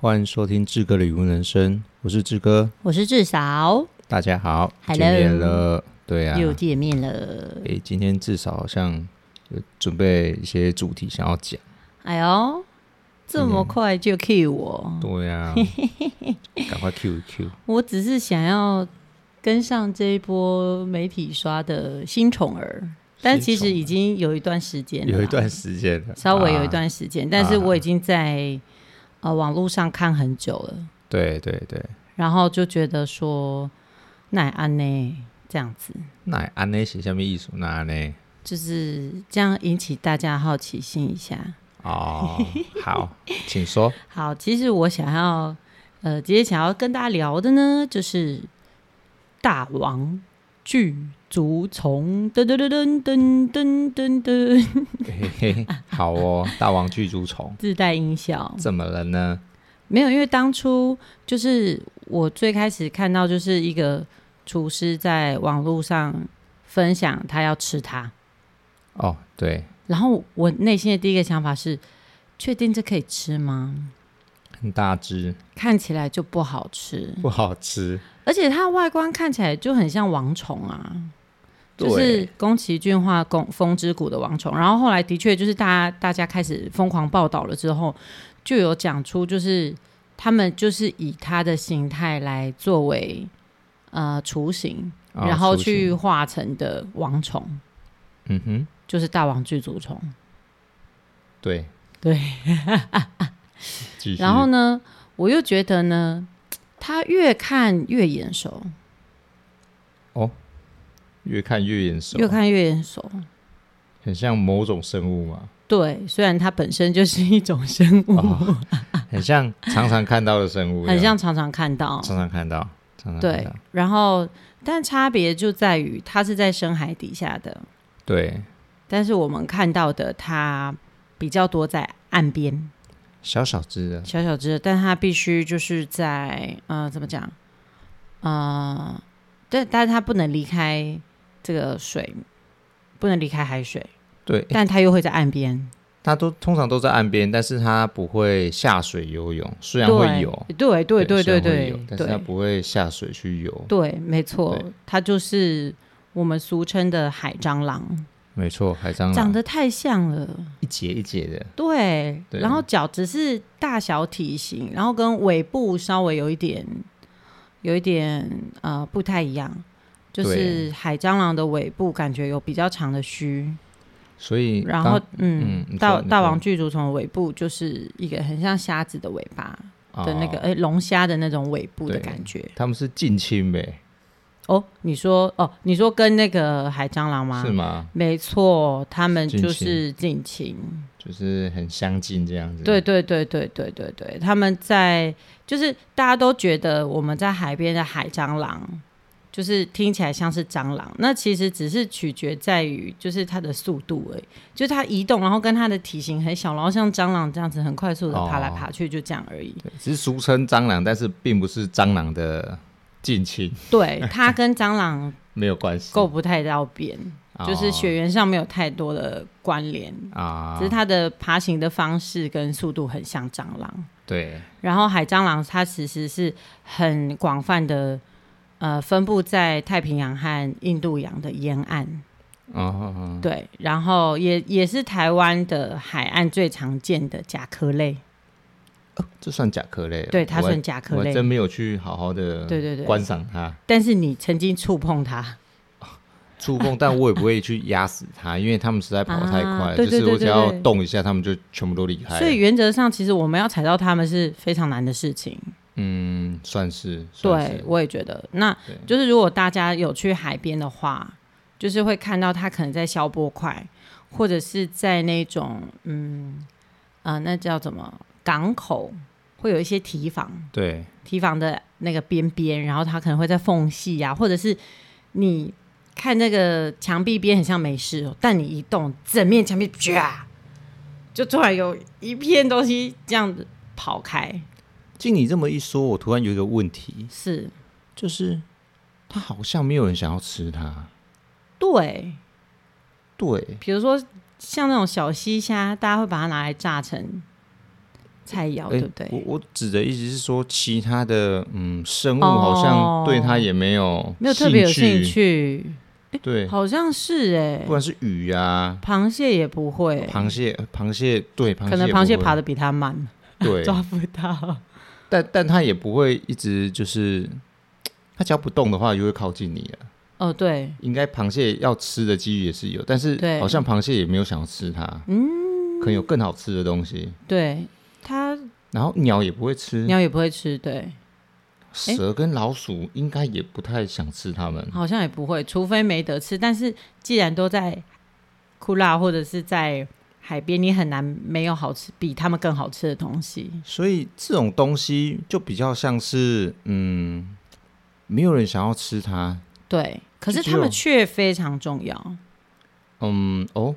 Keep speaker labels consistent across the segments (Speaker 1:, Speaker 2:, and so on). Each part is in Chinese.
Speaker 1: 欢迎收听志哥的语文人生，我是志哥，
Speaker 2: 我是志嫂，
Speaker 1: 大家好
Speaker 2: Hello
Speaker 1: 见面了，对啊，
Speaker 2: 又见面了。
Speaker 1: 诶，今天至少好像有准备一些主题想要讲，
Speaker 2: 哎呦，这么快就 cue 我，
Speaker 1: 对 啊，赶快 Q 一 Q，
Speaker 2: 我只是想要跟上这一波媒体刷的新宠儿，但其实已经有一段时间了啦，
Speaker 1: 有一段时间了，
Speaker 2: 啊稍微有
Speaker 1: 啊，
Speaker 2: 一段时间，但是我已经在、呃网络上看很久了，
Speaker 1: 对对对，
Speaker 2: 然后就觉得说奈安呢这样子，
Speaker 1: 那安内写下面艺术那呢？
Speaker 2: 就是这样引起大家好奇心一下。
Speaker 1: 哦，好，请说，
Speaker 2: 好，其实我想要，呃，今天想要跟大家聊的呢，就是大王巨足虫，噔噔噔噔噔噔噔噔，
Speaker 1: 嘿嘿好哦，大王巨蛀虫，
Speaker 2: 自带音效。
Speaker 1: 怎么了呢？
Speaker 2: 没有，因为当初就是我最开始看到，就是一个厨师在网络上分享他要吃它，
Speaker 1: 哦，对，
Speaker 2: 然后我内心的第一个想法是，确定这可以吃吗？
Speaker 1: 很大只，
Speaker 2: 看起来就不好吃，
Speaker 1: 不好吃，
Speaker 2: 而且它的外观看起来就很像王虫啊，
Speaker 1: 对
Speaker 2: 就是宫崎骏画《宫风之谷》的王虫。然后后来的确就是大家大家开始疯狂报道了之后，就有讲出就是他们就是以它的形态来作为呃雏形，
Speaker 1: 哦
Speaker 2: 然后
Speaker 1: 雏形
Speaker 2: 去化成的王虫，
Speaker 1: 嗯哼，
Speaker 2: 就是大王巨足虫。
Speaker 1: 对
Speaker 2: 对，
Speaker 1: 继续
Speaker 2: 然后呢，我又觉得呢，它越看越眼熟，
Speaker 1: 越看越眼熟，
Speaker 2: 越看越眼熟。
Speaker 1: 很像某种生物嘛，
Speaker 2: 对，虽然它本身就是一种生物，
Speaker 1: 哦很像常常看到的生物，
Speaker 2: 很像，常常看到。
Speaker 1: 常常看到，常常看
Speaker 2: 对
Speaker 1: 到，，
Speaker 2: 然后但差别就在于它是在深海底下的，
Speaker 1: 对，
Speaker 2: 但是我们看到的它比较多在岸边，
Speaker 1: 小小只的，
Speaker 2: 小小只的，但它必须就是在呃怎么讲，呃，但但是它不能离开这个水，不能离开海水，
Speaker 1: 对，诶
Speaker 2: 但它又会在岸边。
Speaker 1: 它都通常都在岸边，但是它不会下水游泳，虽然会游，
Speaker 2: 对对对
Speaker 1: 虽
Speaker 2: 对
Speaker 1: 然会
Speaker 2: 对
Speaker 1: 游，但是它
Speaker 2: 对。
Speaker 1: 不会下水去游，
Speaker 2: 对，没错
Speaker 1: 对，
Speaker 2: 它就是我们俗称的海蟑螂，
Speaker 1: 没错，海蟑
Speaker 2: 长
Speaker 1: 螂
Speaker 2: 得太像了。
Speaker 1: 一节一节的，
Speaker 2: 对，
Speaker 1: 对
Speaker 2: 然后脚只是大小体型，然后跟尾部稍微有一点，有一点呃不太一样。就是
Speaker 1: 对
Speaker 2: 海蟑螂的尾部感觉有比较长的须，
Speaker 1: 所以
Speaker 2: 然后
Speaker 1: 当嗯
Speaker 2: 嗯，
Speaker 1: 你
Speaker 2: 大
Speaker 1: 说你
Speaker 2: 大
Speaker 1: 说
Speaker 2: 王巨足虫的尾部就是一个很像虾子的尾巴的那个，
Speaker 1: 哦
Speaker 2: 哎、龙虾的那种尾部的
Speaker 1: 对
Speaker 2: 感觉。
Speaker 1: 他们是近亲呗，
Speaker 2: 哦，你说哦，你说跟那个海蟑螂吗？
Speaker 1: 是吗？
Speaker 2: 没错，他们
Speaker 1: 近亲
Speaker 2: 就是近亲。
Speaker 1: 就是很相近这样子，
Speaker 2: 对对对对对对对，他们在就是大家都觉得我们在海边的海蟑螂，就是听起来像是蟑螂，那其实只是取决在于就是它的速度而已，就是它移动，然后跟它的体型很小，然后像蟑螂这样子很快速的爬来
Speaker 1: 哦
Speaker 2: 爬去，就这样而已。
Speaker 1: 对，只是俗称蟑螂，但是并不是蟑螂的近亲，
Speaker 2: 对，它跟蟑螂
Speaker 1: 没有关系。
Speaker 2: 够不太到边，就是血缘上没有太多的关联。
Speaker 1: 哦啊，
Speaker 2: 只是它的爬行的方式跟速度很像蟑螂，
Speaker 1: 对
Speaker 2: 然后海蟑螂它其实是很广泛的，呃，分布在太平洋和印度洋的沿岸，
Speaker 1: 哦哦，哦
Speaker 2: 对，然后也也是台湾的海岸最常见的甲壳类，
Speaker 1: 这算甲壳类了，
Speaker 2: 对，它
Speaker 1: 我还
Speaker 2: 算甲壳
Speaker 1: 我还
Speaker 2: 类
Speaker 1: 真，没有去好好的
Speaker 2: 对对对
Speaker 1: 观赏它
Speaker 2: 但是你曾经触碰它，
Speaker 1: 触碰，但我也不会去压死它，因为它们实在跑太快了，
Speaker 2: 啊
Speaker 1: 就
Speaker 2: 对对
Speaker 1: 是我
Speaker 2: 对
Speaker 1: 只
Speaker 2: 对
Speaker 1: 要
Speaker 2: 对
Speaker 1: 动一下，它们就全部都离开
Speaker 2: 所以
Speaker 1: 了。
Speaker 2: 原则上其实我们要踩到它们是非常难的事情，
Speaker 1: 嗯，算是，算
Speaker 2: 对
Speaker 1: 是，
Speaker 2: 我也觉得。那
Speaker 1: 对
Speaker 2: 就是如果大家有去海边的话，就是会看到它可能在消波块，或者是在那种嗯呃，那叫什么港口，会有一些提防，
Speaker 1: 对
Speaker 2: 提防的那个边边，然后它可能会在缝隙啊，或者是你看那个墙壁边很像没事、哦，但你一动，整面墙壁啪，就突然有一片东西这样子跑开，
Speaker 1: 经你这么一说，我突然有一个问题，
Speaker 2: 是
Speaker 1: 就是它好像没有人想要吃它，
Speaker 2: 对。
Speaker 1: 对，
Speaker 2: 比如说像那种小溪虾，大家会把它拿来炸成菜肴，
Speaker 1: 诶
Speaker 2: 对不对？
Speaker 1: 我我指的意思是说，其他的嗯生物
Speaker 2: 哦
Speaker 1: 好像对它也没有
Speaker 2: 没有特别有兴，趣，
Speaker 1: 对，
Speaker 2: 好像是哎、
Speaker 1: 不管是鱼啊，
Speaker 2: 螃蟹也不会，
Speaker 1: 螃蟹，螃蟹对，哦螃蟹
Speaker 2: 可能螃蟹爬
Speaker 1: 的
Speaker 2: 的比它慢，
Speaker 1: 对，
Speaker 2: 抓不到。
Speaker 1: 但但它也不会一直就是，它只要不动的话就会靠近你了。
Speaker 2: 哦，对，
Speaker 1: 应该螃蟹要吃的机遇也是有，但是
Speaker 2: 对
Speaker 1: 好像螃蟹也没有想要吃它，嗯，可能有更好吃的东西。
Speaker 2: 对，它
Speaker 1: 然后鸟也不会吃，
Speaker 2: 鸟也不会吃，对，
Speaker 1: 蛇跟老鼠应该也不太想吃它们。
Speaker 2: 好像也不会，除非没得吃。但是既然都在库拉或者是在海边，你很难没有好吃比他们更好吃的东西。
Speaker 1: 所以这种东西就比较像是，嗯，没有人想要吃它，
Speaker 2: 对，可是
Speaker 1: 就只
Speaker 2: 他们
Speaker 1: 有
Speaker 2: 却非常重要，
Speaker 1: 嗯，哦，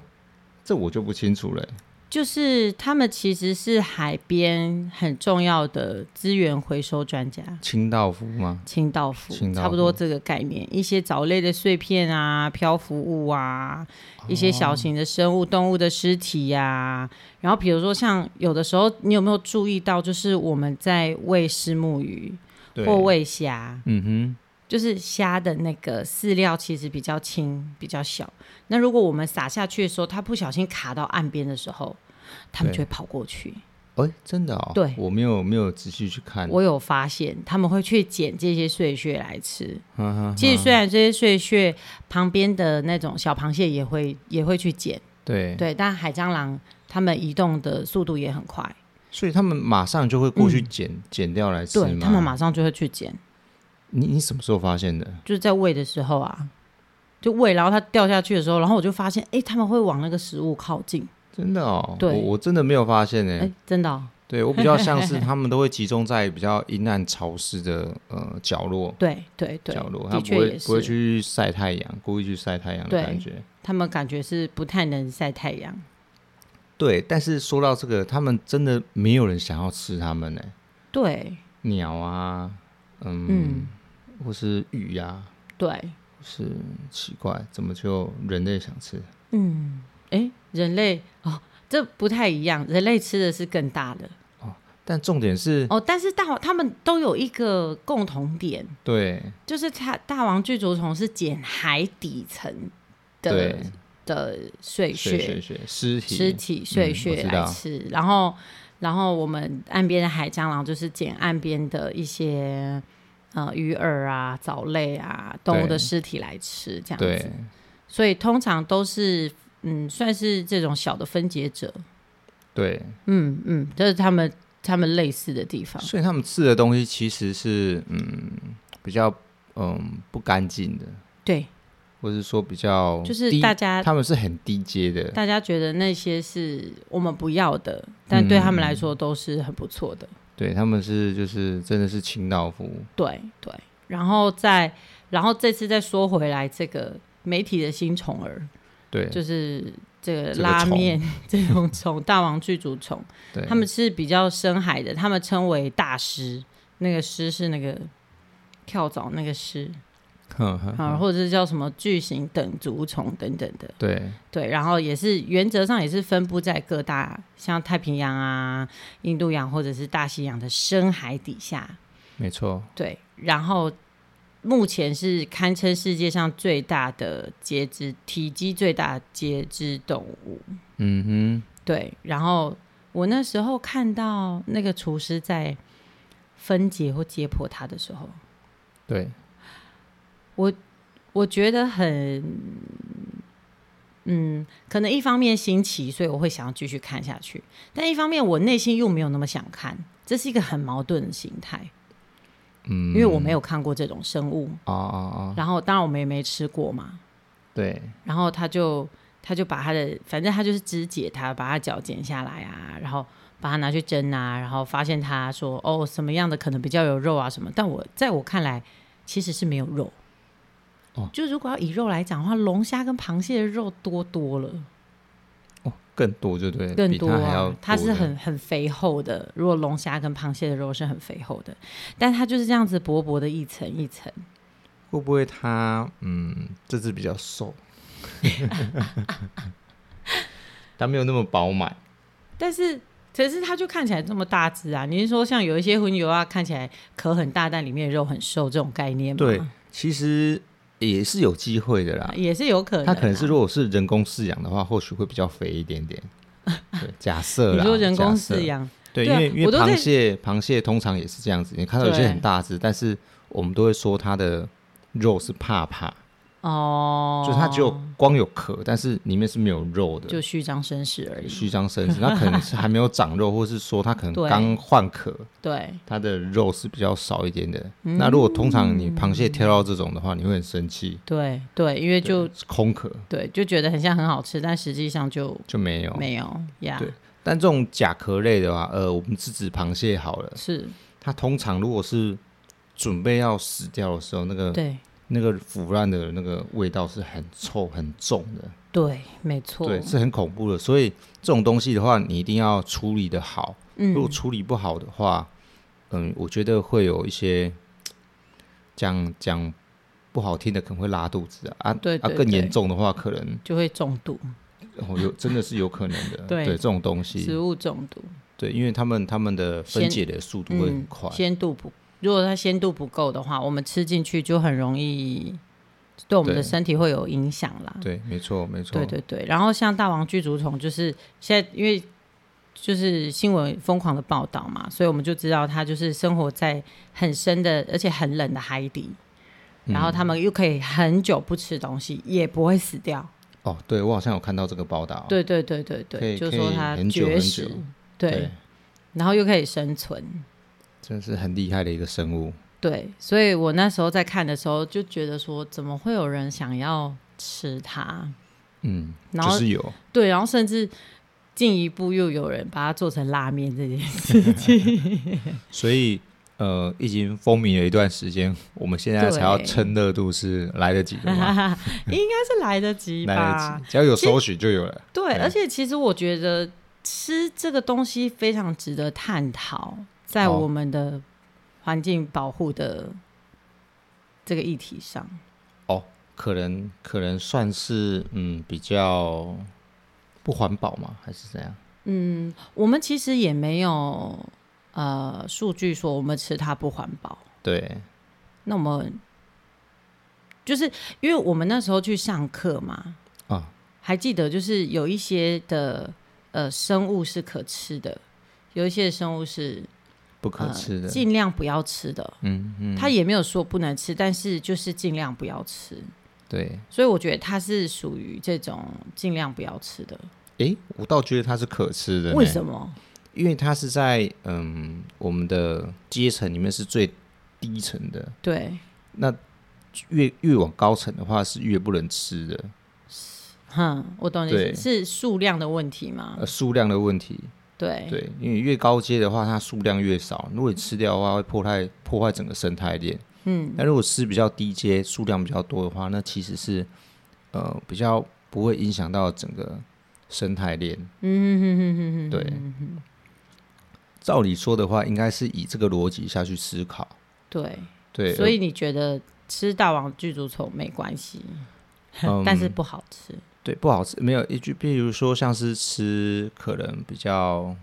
Speaker 1: 这我就不清楚了欸。
Speaker 2: 就是他们其实是海边很重要的资源回收专家。
Speaker 1: 清道夫吗？
Speaker 2: 清道夫，
Speaker 1: 清道夫
Speaker 2: 差不多这个概念。一些藻类的碎片啊、漂浮物啊，
Speaker 1: 哦
Speaker 2: 一些小型的生物、动物的尸体呀、然后比如说像有的时候，你有没有注意到，就是我们在喂石目鱼
Speaker 1: 对，
Speaker 2: 或喂虾，
Speaker 1: 嗯
Speaker 2: 就是虾的那个饲料其实比较轻、比较小。那如果我们撒下去的时候，它不小心卡到岸边的时候，它们
Speaker 1: 对
Speaker 2: 就会跑过去。
Speaker 1: 哼，哎，真的哦，
Speaker 2: 对
Speaker 1: 我没有没有仔细去看，
Speaker 2: 我有发现，他们会去捡这些碎屑来吃。
Speaker 1: 哈哈
Speaker 2: 其实虽然这些碎屑旁边的那种小螃蟹也会也会去捡，
Speaker 1: 对，
Speaker 2: 对，但海蟑螂它们移动的速度也很快，
Speaker 1: 所以他们马上就会过去捡、捡掉来吃
Speaker 2: 嗯对，
Speaker 1: 吗？
Speaker 2: 它们马上就会去捡，
Speaker 1: 你你什么时候发现的？
Speaker 2: 就是在喂的时候啊，就喂，然后它掉下去的时候，然后我就发现，哎，它们会往那个食物靠近，
Speaker 1: 真的哦，
Speaker 2: 对
Speaker 1: 我我真的没有发现呢。
Speaker 2: 哎，真的哦、
Speaker 1: 对我比较像 是他们都会集中在比较阴暗潮湿的呃角落。
Speaker 2: 对对对
Speaker 1: 角，落，他
Speaker 2: 的
Speaker 1: 不
Speaker 2: 确
Speaker 1: 会
Speaker 2: 也
Speaker 1: 不会
Speaker 2: 是，
Speaker 1: 去晒太阳，故意去晒太阳的
Speaker 2: 对
Speaker 1: 感觉。
Speaker 2: 它们感觉是不太能晒太阳，
Speaker 1: 对，但是说到这个，他们真的没有人想要吃它们呢、
Speaker 2: 对，
Speaker 1: 鸟啊，嗯，
Speaker 2: 嗯，
Speaker 1: 或是鱼啊，
Speaker 2: 对，
Speaker 1: 是奇怪，怎么就人类想吃？
Speaker 2: 嗯，哎，人类哦，这不太一样，人类吃的是更大的。
Speaker 1: 但重点是，
Speaker 2: 哦，但是大王他们都有一个共同点，
Speaker 1: 对
Speaker 2: 就是它大王巨足虫是捡海底层的
Speaker 1: 对，
Speaker 2: 的碎
Speaker 1: 血血
Speaker 2: 屑、
Speaker 1: 血尸体
Speaker 2: 尸体碎
Speaker 1: 嗯我
Speaker 2: 屑
Speaker 1: 知
Speaker 2: 来
Speaker 1: 道
Speaker 2: 吃，然后然后我们岸边的海蟑螂就是捡岸边的一些呃鱼饵啊、藻类啊、动物
Speaker 1: 对
Speaker 2: 的尸体来吃，这样子
Speaker 1: 对。，
Speaker 2: 所以通常都是嗯，算是这种小的分解者，
Speaker 1: 对，
Speaker 2: 嗯嗯，这、是他们他们类似的地方。
Speaker 1: 所以他们吃的东西其实是嗯比较嗯不干净的，
Speaker 2: 对，
Speaker 1: 或是说比较
Speaker 2: 就是
Speaker 1: 低
Speaker 2: 大家
Speaker 1: 哦他们是很低阶的，
Speaker 2: 大家觉得那些是我们不要的，但对他们
Speaker 1: 嗯
Speaker 2: 来说都是很不错的。
Speaker 1: 对他们是就是真的是清道夫，
Speaker 2: 对对，然后再然后这次再说回来，这个媒体的新宠儿
Speaker 1: 对
Speaker 2: 就是这个
Speaker 1: 这个
Speaker 2: 拉
Speaker 1: 虫
Speaker 2: 面 这种虫，大王巨足虫，
Speaker 1: 对，
Speaker 2: 他们是比较深海的，他们称为大师，那个师是那个。跳蚤那个师
Speaker 1: 哼哼
Speaker 2: 啊，
Speaker 1: 嗯哼
Speaker 2: 或者是叫什么巨型等足虫等等的，
Speaker 1: 对
Speaker 2: 对，然后也是原则上也是分布在各大像太平洋啊、印度洋或者是大西洋的深海底下。
Speaker 1: 没错，
Speaker 2: 对，然后目前是堪称世界上最大的节肢体积最大的节肢动物。
Speaker 1: 嗯
Speaker 2: 对，然后我那时候看到那个厨师在分解或解剖它的时候，
Speaker 1: 哼，对，
Speaker 2: 我觉得很。嗯，可能一方面新奇，所以我会想要继续看下去；但一方面，我内心又没有那么想看，这是一个很矛盾的心态，
Speaker 1: 嗯，
Speaker 2: 因为我没有看过这种生物，
Speaker 1: 啊啊啊，
Speaker 2: 然后当然我们也没吃过嘛。
Speaker 1: 对
Speaker 2: 然后他就他就把他的，反正他就是肢解它，把它脚剪下来啊，然后把它拿去蒸啊，然后发现他说哦什么样的可能比较有肉啊什么，但我在我看来其实是没有肉。
Speaker 1: 哦
Speaker 2: 就如果要以肉来讲的话，龙虾跟螃蟹的肉多多了，
Speaker 1: 哦，更多就对了，
Speaker 2: 更
Speaker 1: 比
Speaker 2: 多
Speaker 1: 他还要
Speaker 2: 啊
Speaker 1: 多，
Speaker 2: 它是
Speaker 1: 的
Speaker 2: 很很肥厚的。如果龙虾跟螃蟹的肉是很肥厚的，但它就是这样子薄薄的一层一层。
Speaker 1: 会不会它嗯这只比较瘦， 它没有那么饱满，
Speaker 2: 但是可是它就看起来这么大只啊！你是说像有一些荤油啊，看起来壳很大，但里面肉很瘦这种概念吗？
Speaker 1: 对，其实也是有机会的啦。
Speaker 2: 也是有可能、
Speaker 1: 它
Speaker 2: 啊。
Speaker 1: 可能是如果是人工饲养的话，或许会比较肥一点点。 对，假设啦
Speaker 2: 你说人工饲，
Speaker 1: 假设
Speaker 2: 养，
Speaker 1: 对，
Speaker 2: 对啊
Speaker 1: 因为因为
Speaker 2: 我都在
Speaker 1: 螃蟹螃蟹通常也是这样子，你看到有些
Speaker 2: 对
Speaker 1: 很大只，但是我们都会说它的肉是怕怕，
Speaker 2: 哦，
Speaker 1: 啊就是它只有光有壳，但是里面是没有肉的，
Speaker 2: 就虚张声势而已。
Speaker 1: 虚张声势，它可能是还没有长肉，或是说它可能
Speaker 2: 对
Speaker 1: 刚换壳，
Speaker 2: 对，
Speaker 1: 它的肉是比较少一点的。
Speaker 2: 嗯
Speaker 1: 那如果通常你螃蟹挑到这种的话，你会很生气，
Speaker 2: 对，对，因为就
Speaker 1: 就是空壳
Speaker 2: 对，就觉得很像很好吃，但实际上就
Speaker 1: 就没有。
Speaker 2: 没有呀。
Speaker 1: 对但这种甲壳类的话，呃，我们是指螃蟹好了，
Speaker 2: 是，
Speaker 1: 它通常如果是准备要死掉的时候，那个
Speaker 2: 对，
Speaker 1: 那个腐烂的那个味道是很臭很重的，
Speaker 2: 对，没错。
Speaker 1: 对，是很恐怖的。所以这种东西的话，你一定要处理的好。如果
Speaker 2: 嗯，
Speaker 1: 处理不好的话，嗯，我觉得会有一些嗯讲讲不好听的，可能会拉肚子啊，啊
Speaker 2: 对对
Speaker 1: 啊，更严
Speaker 2: 对
Speaker 1: 重的话，可能
Speaker 2: 就会中毒，
Speaker 1: 哦有真的是有可 能的，
Speaker 2: 对
Speaker 1: 这种东
Speaker 2: 食
Speaker 1: 西，
Speaker 2: 物中毒。
Speaker 1: 对，因为他们他们的分
Speaker 2: 先
Speaker 1: 解的速度会很
Speaker 2: 嗯
Speaker 1: 快，，
Speaker 2: 鲜度不，如果它鲜度不够的话，我们吃进去就很容易对我们的
Speaker 1: 对
Speaker 2: 身体会有影响啦。
Speaker 1: 对，没错，没错，
Speaker 2: 嗯对对对，然后像大王巨足虫，就是现在因为就是新闻疯狂的报道嘛，所以我们就知道它就是生活在很深的而且很冷的海底，
Speaker 1: 嗯
Speaker 2: 然后他们又可以很久不吃东西，也不会死掉。
Speaker 1: 哦，对我好像有看到这个报道，
Speaker 2: 对对对对
Speaker 1: 哦可
Speaker 2: 对，
Speaker 1: 以
Speaker 2: 就
Speaker 1: 可
Speaker 2: 说
Speaker 1: 以
Speaker 2: 它
Speaker 1: 很久
Speaker 2: 绝
Speaker 1: 很
Speaker 2: 食
Speaker 1: 久，
Speaker 2: 对，
Speaker 1: 对，
Speaker 2: 然后又可以生存。
Speaker 1: 真是很厉害的一个生物，
Speaker 2: 对，所以我那时候在看的时候就觉得说，怎么会有人想要吃它？
Speaker 1: 嗯，
Speaker 2: 然
Speaker 1: 就
Speaker 2: 后
Speaker 1: 是有，
Speaker 2: 对，然后甚至进一步又有人把它做成拉面这件事 情。
Speaker 1: 所以。呃，已经风靡了一段时间，我们现在才要
Speaker 2: 对
Speaker 1: 趁热度是来得及的
Speaker 2: 应
Speaker 1: 吗？
Speaker 2: 该 是来得及
Speaker 1: 来
Speaker 2: 吧
Speaker 1: 得？及，只要有搜寻就有了。
Speaker 2: 对，
Speaker 1: 对
Speaker 2: 而且其实我觉得吃这个东西非常值得探讨，在
Speaker 1: 好
Speaker 2: 我们的环境保护的这个议题上。
Speaker 1: 可能可能算是嗯比较不环保吗？还是怎样？
Speaker 2: 嗯，我们其实也没有呃数据说我们吃它不环保。
Speaker 1: 对，
Speaker 2: 那我们就是因为我们那时候去上课嘛，
Speaker 1: 啊，
Speaker 2: 还记得就是有一些的呃生物是可吃的，有一些生物是
Speaker 1: 不可
Speaker 2: 呃
Speaker 1: 吃的。
Speaker 2: 尽量不要吃的。
Speaker 1: 嗯嗯，
Speaker 2: 它也没有说不能吃，但是就是尽量不要吃。
Speaker 1: 对。
Speaker 2: 所以我觉得它是属于这种尽量不要吃的。
Speaker 1: 诶，我倒觉得它是可吃的。
Speaker 2: 为什？么？
Speaker 1: 因为它是在嗯我们的阶层里面是最低层的，
Speaker 2: 对，
Speaker 1: 那越越往高层的话是越不能吃的，
Speaker 2: 哼，我懂你
Speaker 1: 对
Speaker 2: 是数量的问题吗
Speaker 1: 呃，？数量的问题。
Speaker 2: 对，
Speaker 1: 对，因为越高阶的话，它数量越少，如果你吃掉的话，会破坏破坏整个生态链。嗯，那如果吃比较低阶，数量比较多的话，那其实是呃比较不会影响到整个生态链。嗯哼哼哼哼，对。照理说的话，应该是以这个逻辑下去思考。
Speaker 2: 对
Speaker 1: 对，呃
Speaker 2: 所以你觉得吃大王巨足虫没关系，
Speaker 1: 嗯
Speaker 2: 但是不好吃。
Speaker 1: 对不好吃没有一句，比如说像是吃可能比较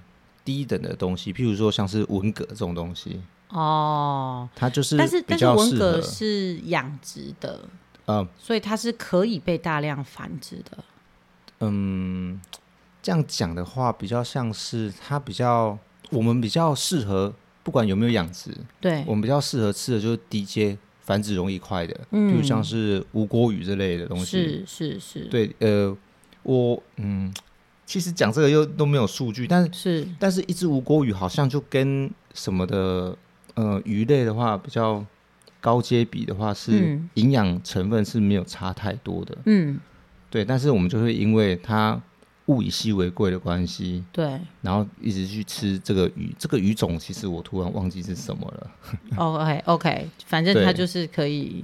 Speaker 1: 低等的东西，譬如说像是文蛤这种东西，
Speaker 2: 哦，
Speaker 1: 它就是
Speaker 2: 但是
Speaker 1: 比
Speaker 2: 但是
Speaker 1: 较
Speaker 2: 文
Speaker 1: 适合
Speaker 2: 革是养殖的，
Speaker 1: 嗯
Speaker 2: 所以它是可以被大量繁殖的。
Speaker 1: 嗯，这样讲的话，比较像是它比较，我们比较适合，不管有没有养殖，
Speaker 2: 对
Speaker 1: 我，们比较适合吃的就是低阶繁殖容易快的，
Speaker 2: 嗯
Speaker 1: 比如像是无锅鱼这类的东西。
Speaker 2: 是是是，
Speaker 1: 对，呃，我嗯，其实讲这个又都没有数据，但是
Speaker 2: 是
Speaker 1: 但是一只无锅鱼好像就跟什么的呃鱼类的话比较高阶比的话，是
Speaker 2: 嗯
Speaker 1: 营养成分是没有差太多的。
Speaker 2: 嗯，
Speaker 1: 对，但是我们就会因为它物以稀为贵的关系，
Speaker 2: 对。
Speaker 1: 然后一直去吃这个鱼。这个鱼种其实我突然忘记是什么了，
Speaker 2: 哦 OK OK，反正
Speaker 1: 对
Speaker 2: 它就是可以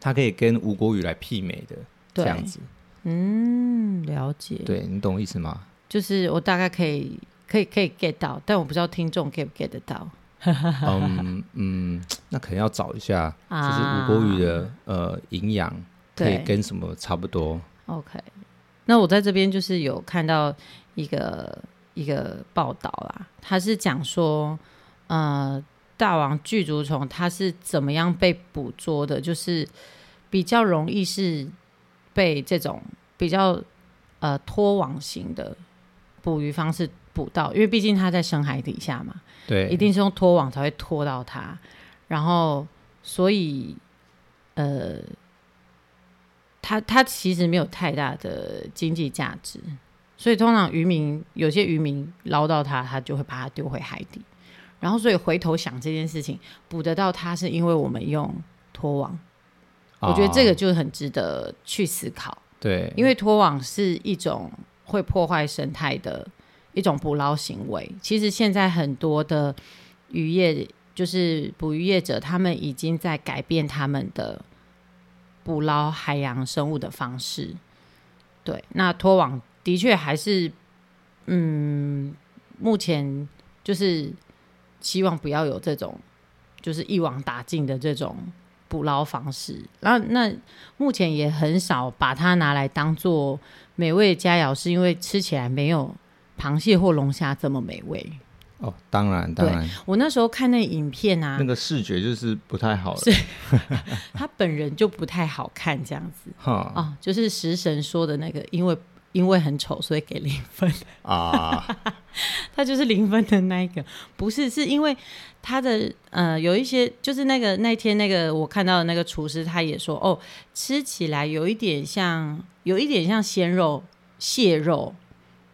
Speaker 1: 它可以跟无国鱼来媲美的这
Speaker 2: 对
Speaker 1: 样子。
Speaker 2: 嗯了解，，
Speaker 1: 对你懂我意思 吗？
Speaker 2: 就是我大概可以可以可以 get 到，但我不知道听众 get 不 get 得到
Speaker 1: 嗯嗯，那可能要找一下，就是
Speaker 2: 啊。
Speaker 1: 无国鱼的呃营养可以
Speaker 2: 对
Speaker 1: 跟什么差不多。
Speaker 2: OK，那我在这边就是有看到一个一个报道啦，他是讲说，呃，大王巨足虫它是怎么样被捕捉的，就是比较容易是被这种比较呃拖网型的捕鱼方式捕到，因为毕竟它在深海底下嘛，
Speaker 1: 对，
Speaker 2: 一定是用拖网才会拖到它，然后所以呃，它它其实没有太大的经济价值，所以通常渔民有些渔民捞到它，他就会把它丢回海底，然后所以回头想这件事情，捕得到它是因为我们用拖网，我觉得这个
Speaker 1: 哦
Speaker 2: 就很值得去思考。
Speaker 1: 对，
Speaker 2: 因为拖网是一种会破坏生态的一种捕捞行为。其实现在很多的渔业，就是捕鱼业者，他们已经在改变他们的捕捞海洋生物的方式。对，那拖网的确还是，嗯，目前就是希望不要有这种就是一网打尽的这种捕捞方式。然后那目前也很少把它拿来当做美味佳肴，是因为吃起来没有螃蟹或龙虾这么美味。
Speaker 1: 哦，当然当然，
Speaker 2: 我那时候看那影片啊
Speaker 1: 那，个视觉就是不太好了
Speaker 2: 是他本人就不太好看，这样子
Speaker 1: 哈
Speaker 2: 啊，就是食神说的那个，因为因为很丑，所以给零分，
Speaker 1: 啊，
Speaker 2: 他就是零分的那一个，不是是因为他的呃有一些就是那个那天那个我看到的那个厨师他也说哦，吃起来有一点像有一点像鲜肉蟹肉，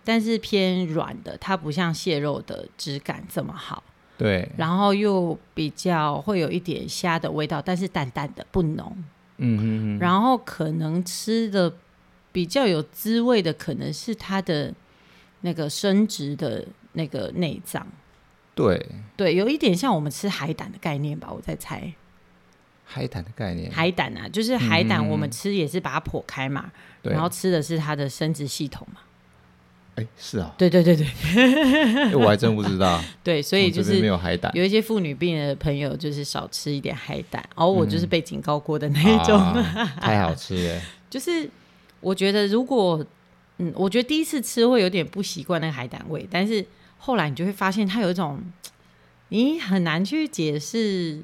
Speaker 2: 但是偏软的，它不像蟹肉的质感这么好。
Speaker 1: 对，
Speaker 2: 然后又比较会有一点虾的味道，但是淡淡的不浓。
Speaker 1: 嗯哼哼，
Speaker 2: 然后可能吃的比较有滋味的，可能是它的那个生殖的那个内脏，
Speaker 1: 对，
Speaker 2: 对，有一点像我们吃海胆的概念吧，我在猜。
Speaker 1: 海胆的概念，
Speaker 2: 海胆啊，就是海胆，
Speaker 1: 嗯
Speaker 2: 我们吃也是把它剖开嘛，
Speaker 1: 对
Speaker 2: 然，后吃的是它的生殖系统嘛。
Speaker 1: 哎，是啊，
Speaker 2: 对对对对
Speaker 1: 哎我还真不知 道，
Speaker 2: 对，所以
Speaker 1: 我
Speaker 2: 就
Speaker 1: 哦这边没
Speaker 2: 是。
Speaker 1: 有海胆，
Speaker 2: 有一些妇女病的朋友，就是少吃一点海胆，而、我就是被警告过的那一种。
Speaker 1: 嗯啊太好吃 了，
Speaker 2: 就是我觉得如果嗯，我觉得第一次吃会有点不习惯那个海胆味，但是后来你就会发现它有一种嗯你很难去解释。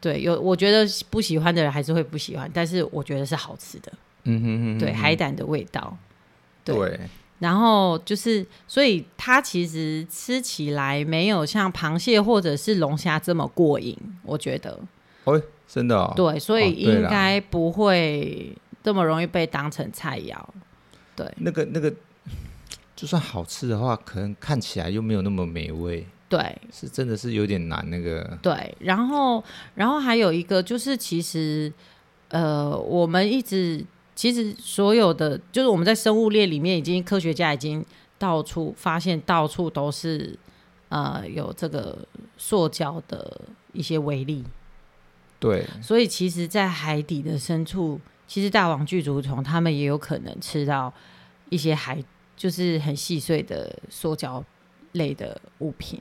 Speaker 2: 对，有我觉得不喜欢的人还是会不喜欢，但是我觉得是好吃的，
Speaker 1: 嗯哼哼，
Speaker 2: 对、
Speaker 1: 嗯
Speaker 2: 海胆的味道。对
Speaker 1: 对，
Speaker 2: 然后就是，所以它其实吃起来没有像螃蟹或者是龙虾这么过瘾，我觉得。
Speaker 1: 哦，真的哦，
Speaker 2: 对，所
Speaker 1: 哦
Speaker 2: 以
Speaker 1: 对
Speaker 2: 应
Speaker 1: 啦
Speaker 2: 该不会这么容易被当成菜肴。
Speaker 1: 那个那个，就算好吃的话，可能看起来又没有那么美味，
Speaker 2: 对
Speaker 1: 是真的是有点难那个，
Speaker 2: 对，然后然后还有一个就是，其实呃，我们一直其实所有的就是我们在生物链里面，已经科学家已经到处发现，到处都是呃有这个塑胶的一些微粒，
Speaker 1: 对，
Speaker 2: 所以其实，在海底的深处，其实大王巨足虫它们也有可能吃到一些海，就是很细碎的塑胶类的物品。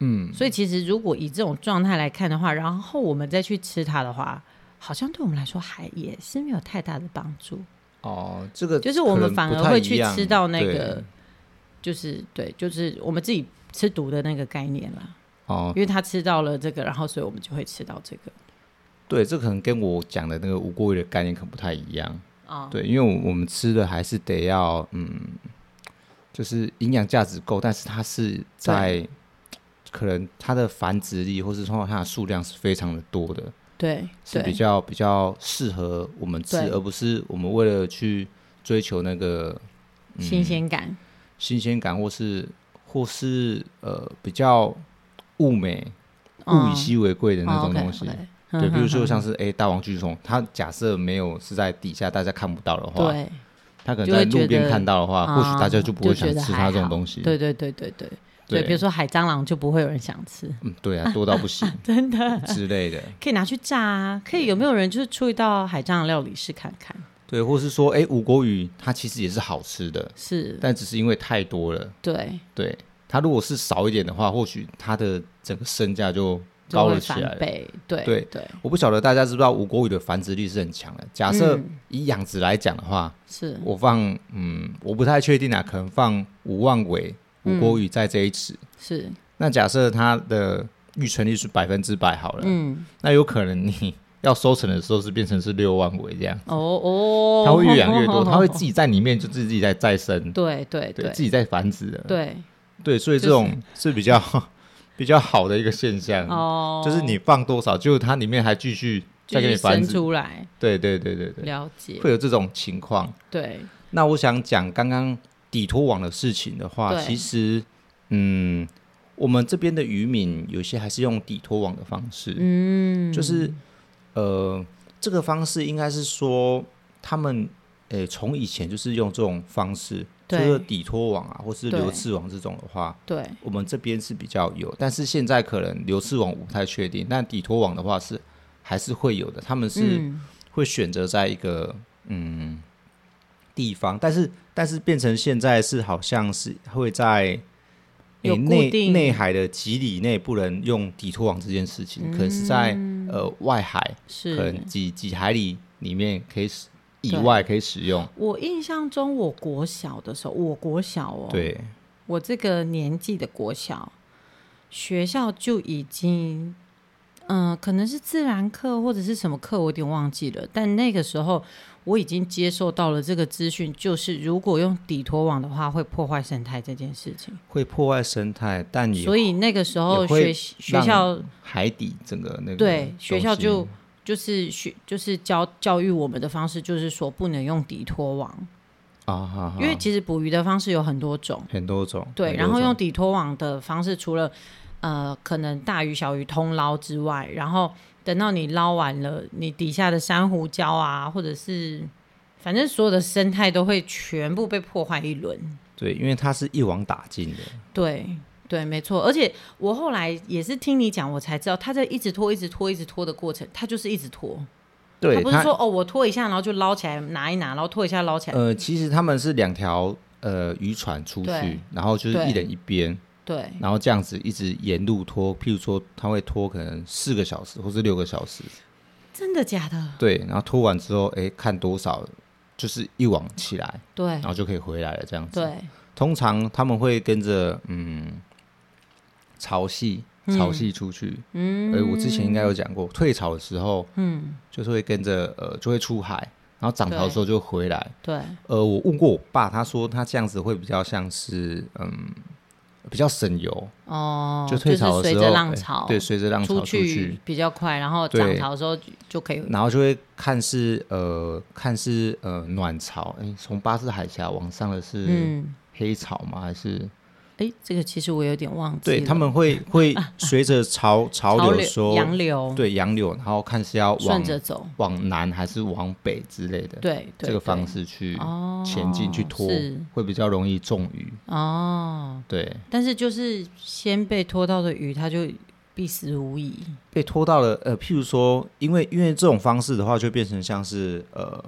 Speaker 1: 嗯，
Speaker 2: 所以其实如果以这种状态来看的话，然后我们再去吃它的话，好像对我们来说还也是没有太大的帮助。
Speaker 1: 哦，这个
Speaker 2: 就是我们反而会去吃到那
Speaker 1: 可能不太一
Speaker 2: 个
Speaker 1: 样，
Speaker 2: 就是对，就是我们自己吃毒的那个概念啦。
Speaker 1: 对哦
Speaker 2: 因，为它吃到了这个，然后所以我们就会吃到这个。
Speaker 1: 对，这可能跟我讲的那个无过味的概念可能不太一样。
Speaker 2: 啊、
Speaker 1: 对，因为我我们吃的还是得要，嗯，就是营养价值够，但是它是在可能它的繁殖力或是说它的数量是非常的多的，
Speaker 2: 对
Speaker 1: 是比
Speaker 2: 对
Speaker 1: 较比较适合我们吃，
Speaker 2: 对
Speaker 1: 而不是我们为了去追求那个嗯
Speaker 2: 新鲜感。
Speaker 1: 新鲜感或是或是呃比较物美物
Speaker 2: 嗯
Speaker 1: 以稀为贵的那
Speaker 2: 哦
Speaker 1: 种
Speaker 2: ，OK，
Speaker 1: 东西。
Speaker 2: OK
Speaker 1: 对，比如
Speaker 2: 嗯
Speaker 1: 说
Speaker 2: 哼
Speaker 1: 像是哎、诶大王巨虫，它假设没有是在底下大家看不到的
Speaker 2: 哼
Speaker 1: 话，它可能在
Speaker 2: 就会
Speaker 1: 路
Speaker 2: 觉
Speaker 1: 边
Speaker 2: 得
Speaker 1: 看到的话，
Speaker 2: 啊
Speaker 1: 或许大家就不会想
Speaker 2: 就觉
Speaker 1: 吃
Speaker 2: 得还
Speaker 1: 它
Speaker 2: 好
Speaker 1: 这种东西。
Speaker 2: 对，对对对对对，
Speaker 1: 对
Speaker 2: 比如说海蟑螂就不会有人想吃，
Speaker 1: 嗯，对啊，多到不 行
Speaker 2: 真的
Speaker 1: 之类的。
Speaker 2: 可以拿去炸啊！可以有没有人就是出一道海蟑螂料理试看看？
Speaker 1: 对，或是说，哎、五国鱼它其实也是好吃的，
Speaker 2: 是，
Speaker 1: 但只是因为太多了。
Speaker 2: 对，
Speaker 1: 对，它如果是少一点的话，或许它的整个身价就
Speaker 2: 就
Speaker 1: 高
Speaker 2: 会
Speaker 1: 了起
Speaker 2: 翻
Speaker 1: 来了。
Speaker 2: 倍，对
Speaker 1: 对
Speaker 2: 对
Speaker 1: 我不晓得大家知不知道，五国鱼的繁殖力是很强的。假设
Speaker 2: 嗯
Speaker 1: 以养殖来讲的话，
Speaker 2: 是，
Speaker 1: 我放嗯，我不太确定啊，可能放五万尾无锅鱼在这一池。
Speaker 2: 是，
Speaker 1: 那假设它的预存率是百分之百好了，
Speaker 2: 嗯，
Speaker 1: 那有可能你要收成的时候是变成是六万尾这样，
Speaker 2: 哦哦，
Speaker 1: 它会越养越 多，它会自己在里面就自己在再生，
Speaker 2: 对对
Speaker 1: 对
Speaker 2: 对
Speaker 1: 自己在繁殖的，
Speaker 2: 对
Speaker 1: 对，所以这种是比较 比较好的一个现象，
Speaker 2: 哦，
Speaker 1: 嗯就是你放多少，就它里面还继续再
Speaker 2: 继
Speaker 1: 给
Speaker 2: 续
Speaker 1: 你繁
Speaker 2: 生
Speaker 1: 殖，
Speaker 2: 出来，
Speaker 1: 对对对对对，
Speaker 2: 了解，
Speaker 1: 会有这种情况。
Speaker 2: 对
Speaker 1: 那我想讲刚刚底拖网的事情的话，
Speaker 2: 对
Speaker 1: 其实嗯，我们这边的渔民有些还是用底拖网的方式，嗯，就是呃，这个方式应该是说他们诶从以前就是用这种方式，就
Speaker 2: 对
Speaker 1: 是底拖网啊，或是
Speaker 2: 对
Speaker 1: 流刺网这种的话。
Speaker 2: 对
Speaker 1: 我们这边是比较有，但是现在可能流刺网我不太确定，但底拖网的话是还是会有的。他们是
Speaker 2: 嗯
Speaker 1: 会选择在一个嗯地方，但是但是变成现在是好像是会在诶
Speaker 2: 有固
Speaker 1: 内
Speaker 2: 定
Speaker 1: 内海的几里内不能用底拖网这件事情，可能是在呃外海，可
Speaker 2: 嗯是
Speaker 1: 能几几海里里面可以使以外可以使用，
Speaker 2: 我印象中，我国小的时候，我国小哦，
Speaker 1: 对，
Speaker 2: 我这个年纪的国小学校就已经，嗯、可能是自然课或者是什么课，我有点忘记了。但那个时候我已经接受到了这个资讯，就是如果用底拖网的话，会破坏生态这件事情。
Speaker 1: 会破坏生态，但也
Speaker 2: 所以那个时候
Speaker 1: 也会
Speaker 2: 学学
Speaker 1: 让
Speaker 2: 校
Speaker 1: 海底整个那个
Speaker 2: 对学校
Speaker 1: 东西
Speaker 2: 就就是学就是教教育我们的方式，就是说不能用底拖网，
Speaker 1: 啊哈哈，
Speaker 2: 因为其实捕鱼的方式有很多种。
Speaker 1: 很多种
Speaker 2: 对，
Speaker 1: 很多
Speaker 2: 然后
Speaker 1: 种
Speaker 2: 用底拖网的方式，除了呃可能大鱼小鱼通捞之外，然后等到你捞完了，你底下的珊瑚礁啊，或者是反正所有的生态都会全部被破坏一轮。
Speaker 1: 对，因为它是一网打尽的，
Speaker 2: 对对，没错。而且我后来也是听你讲，我才知道他在一直拖、一直拖、一直拖的过程，他就是一直拖，他
Speaker 1: 对，
Speaker 2: 不是说哦我拖一下，然后就捞起来拿一拿，然后拖一下捞起来。
Speaker 1: 呃，其实他们是两条呃渔船出去
Speaker 2: 对，
Speaker 1: 然后就是
Speaker 2: 对嗯
Speaker 1: 一人一边，
Speaker 2: 对
Speaker 1: 然后这样子一直沿路拖，譬如说他会拖可能四个小时或是六个小时，
Speaker 2: 真的假的？
Speaker 1: 对，然后拖完之后，哎，看多少就是一网起来，
Speaker 2: 对
Speaker 1: 然后就可以回来了这样子。
Speaker 2: 对，
Speaker 1: 通常他们会跟着嗯潮汐潮汐出去，嗯，呃，我之前应该有讲过，退潮的时候，嗯，就是会跟着呃就会出海，然后涨潮的时候就回来。
Speaker 2: 对，
Speaker 1: 呃，我问过我爸，他说他这样子会比较像是嗯比较省油，
Speaker 2: 哦，
Speaker 1: 就退潮
Speaker 2: 是
Speaker 1: 的
Speaker 2: 随
Speaker 1: 时
Speaker 2: 着
Speaker 1: 候，
Speaker 2: 浪
Speaker 1: 哎
Speaker 2: 潮，
Speaker 1: 对，随着浪潮
Speaker 2: 出
Speaker 1: 出去
Speaker 2: 去，比较快，然后
Speaker 1: 对
Speaker 2: 涨潮的时候就就可以。
Speaker 1: 然后就会看是呃看是呃暖潮，哎，从巴士海峡往上的是
Speaker 2: 嗯，
Speaker 1: 黑潮吗？还是？
Speaker 2: 哎，这个其实我有点忘记了。
Speaker 1: 对他们会会随着 潮潮
Speaker 2: 潮
Speaker 1: 流说
Speaker 2: 洋流，
Speaker 1: 对洋流，然后看是要
Speaker 2: 顺
Speaker 1: 往
Speaker 2: 着走，
Speaker 1: 往南还是往北之类的，
Speaker 2: 对，对
Speaker 1: 这个方
Speaker 2: 对
Speaker 1: 式去
Speaker 2: 哦
Speaker 1: 前进去拖
Speaker 2: 是，
Speaker 1: 会比较容易中鱼。
Speaker 2: 哦。
Speaker 1: 对，
Speaker 2: 但是就是先被拖到的鱼，它就必死无疑。
Speaker 1: 被拖到了呃，譬如说，因为因为这种方式的话，就变成像是呃，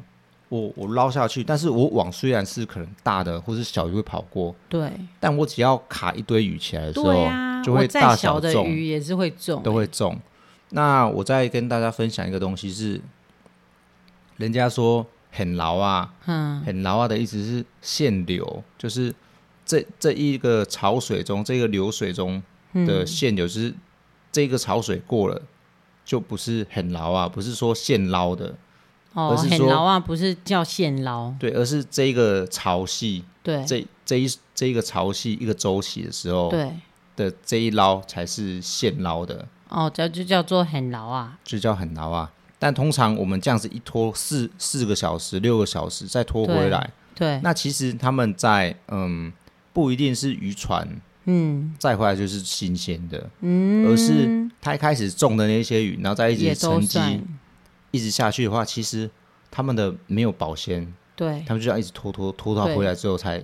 Speaker 1: 我我捞下去，但是我网虽然是可能大的或是小鱼会跑过，
Speaker 2: 对，
Speaker 1: 但我只要卡一堆鱼起来的时候，
Speaker 2: 对呀，
Speaker 1: 就
Speaker 2: 我
Speaker 1: 会
Speaker 2: 再
Speaker 1: 大
Speaker 2: 小的
Speaker 1: 中。
Speaker 2: 鱼也是会中，
Speaker 1: 都会中。那我再跟大家分享一个东西是，人家说很牢啊，
Speaker 2: 嗯，
Speaker 1: 很牢啊的意思是限流，就是这这一个潮水中，这个流水中
Speaker 2: 嗯
Speaker 1: 的限流，就是这个潮水过了。就不是很牢啊，不是说现捞的，
Speaker 2: 哦，
Speaker 1: 而是
Speaker 2: 很
Speaker 1: 说
Speaker 2: 捞啊，不是叫现捞，
Speaker 1: 对，而是这个潮汐，
Speaker 2: 对
Speaker 1: 这这一这一个潮汐一个周期的时候
Speaker 2: 对，
Speaker 1: 的这一捞才是现捞的。
Speaker 2: 哦，叫就叫做很捞啊，
Speaker 1: 就叫很牢啊。但通常我们这样子一拖四四个小时、六个小时，再拖回来，
Speaker 2: 对，
Speaker 1: 那其实他们在嗯，不一定是渔船
Speaker 2: 嗯，
Speaker 1: 再回来就是新鲜的，嗯，而是他一开始种的那些鱼，然后再一
Speaker 2: 也
Speaker 1: 直
Speaker 2: 都
Speaker 1: 沉
Speaker 2: 算
Speaker 1: 积，一直下去的话，其实他们的没有保鲜，
Speaker 2: 对。
Speaker 1: 他们就要一直拖拖拖到
Speaker 2: 对
Speaker 1: 回来之后才，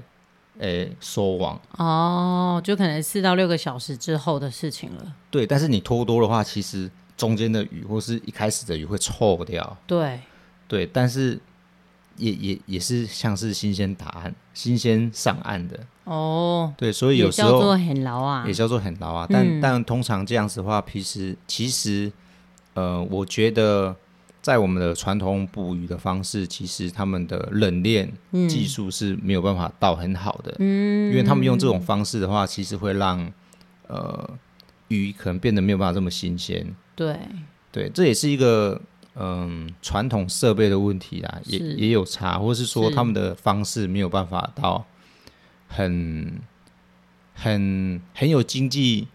Speaker 1: 诶、收网。
Speaker 2: 哦，就可能四到六个小时之后的事情了。
Speaker 1: 对，但是你拖多的话，其实中间的鱼或是一开始的鱼会臭掉。
Speaker 2: 对，
Speaker 1: 对，但是也也也是像是新鲜答案、新鲜上岸的，
Speaker 2: 哦，
Speaker 1: 对，所以
Speaker 2: 也
Speaker 1: 有时
Speaker 2: 叫做嗯
Speaker 1: 候
Speaker 2: 很牢啊
Speaker 1: 也，叫做很牢啊。但、但通常这样子的话，其实其实呃，我觉得在我们的传统捕鱼的方式，其实他们的冷链
Speaker 2: 嗯
Speaker 1: 技术是没有办法到很好的，嗯，因为他们用这种方式的话，其实会让呃鱼可能变得没有办法这么新鲜。
Speaker 2: 对，
Speaker 1: 对，这也是一个嗯传统设备的问题啦，也
Speaker 2: 是
Speaker 1: 也有差，或是说
Speaker 2: 是
Speaker 1: 他们的方式没有办法到很很很有经济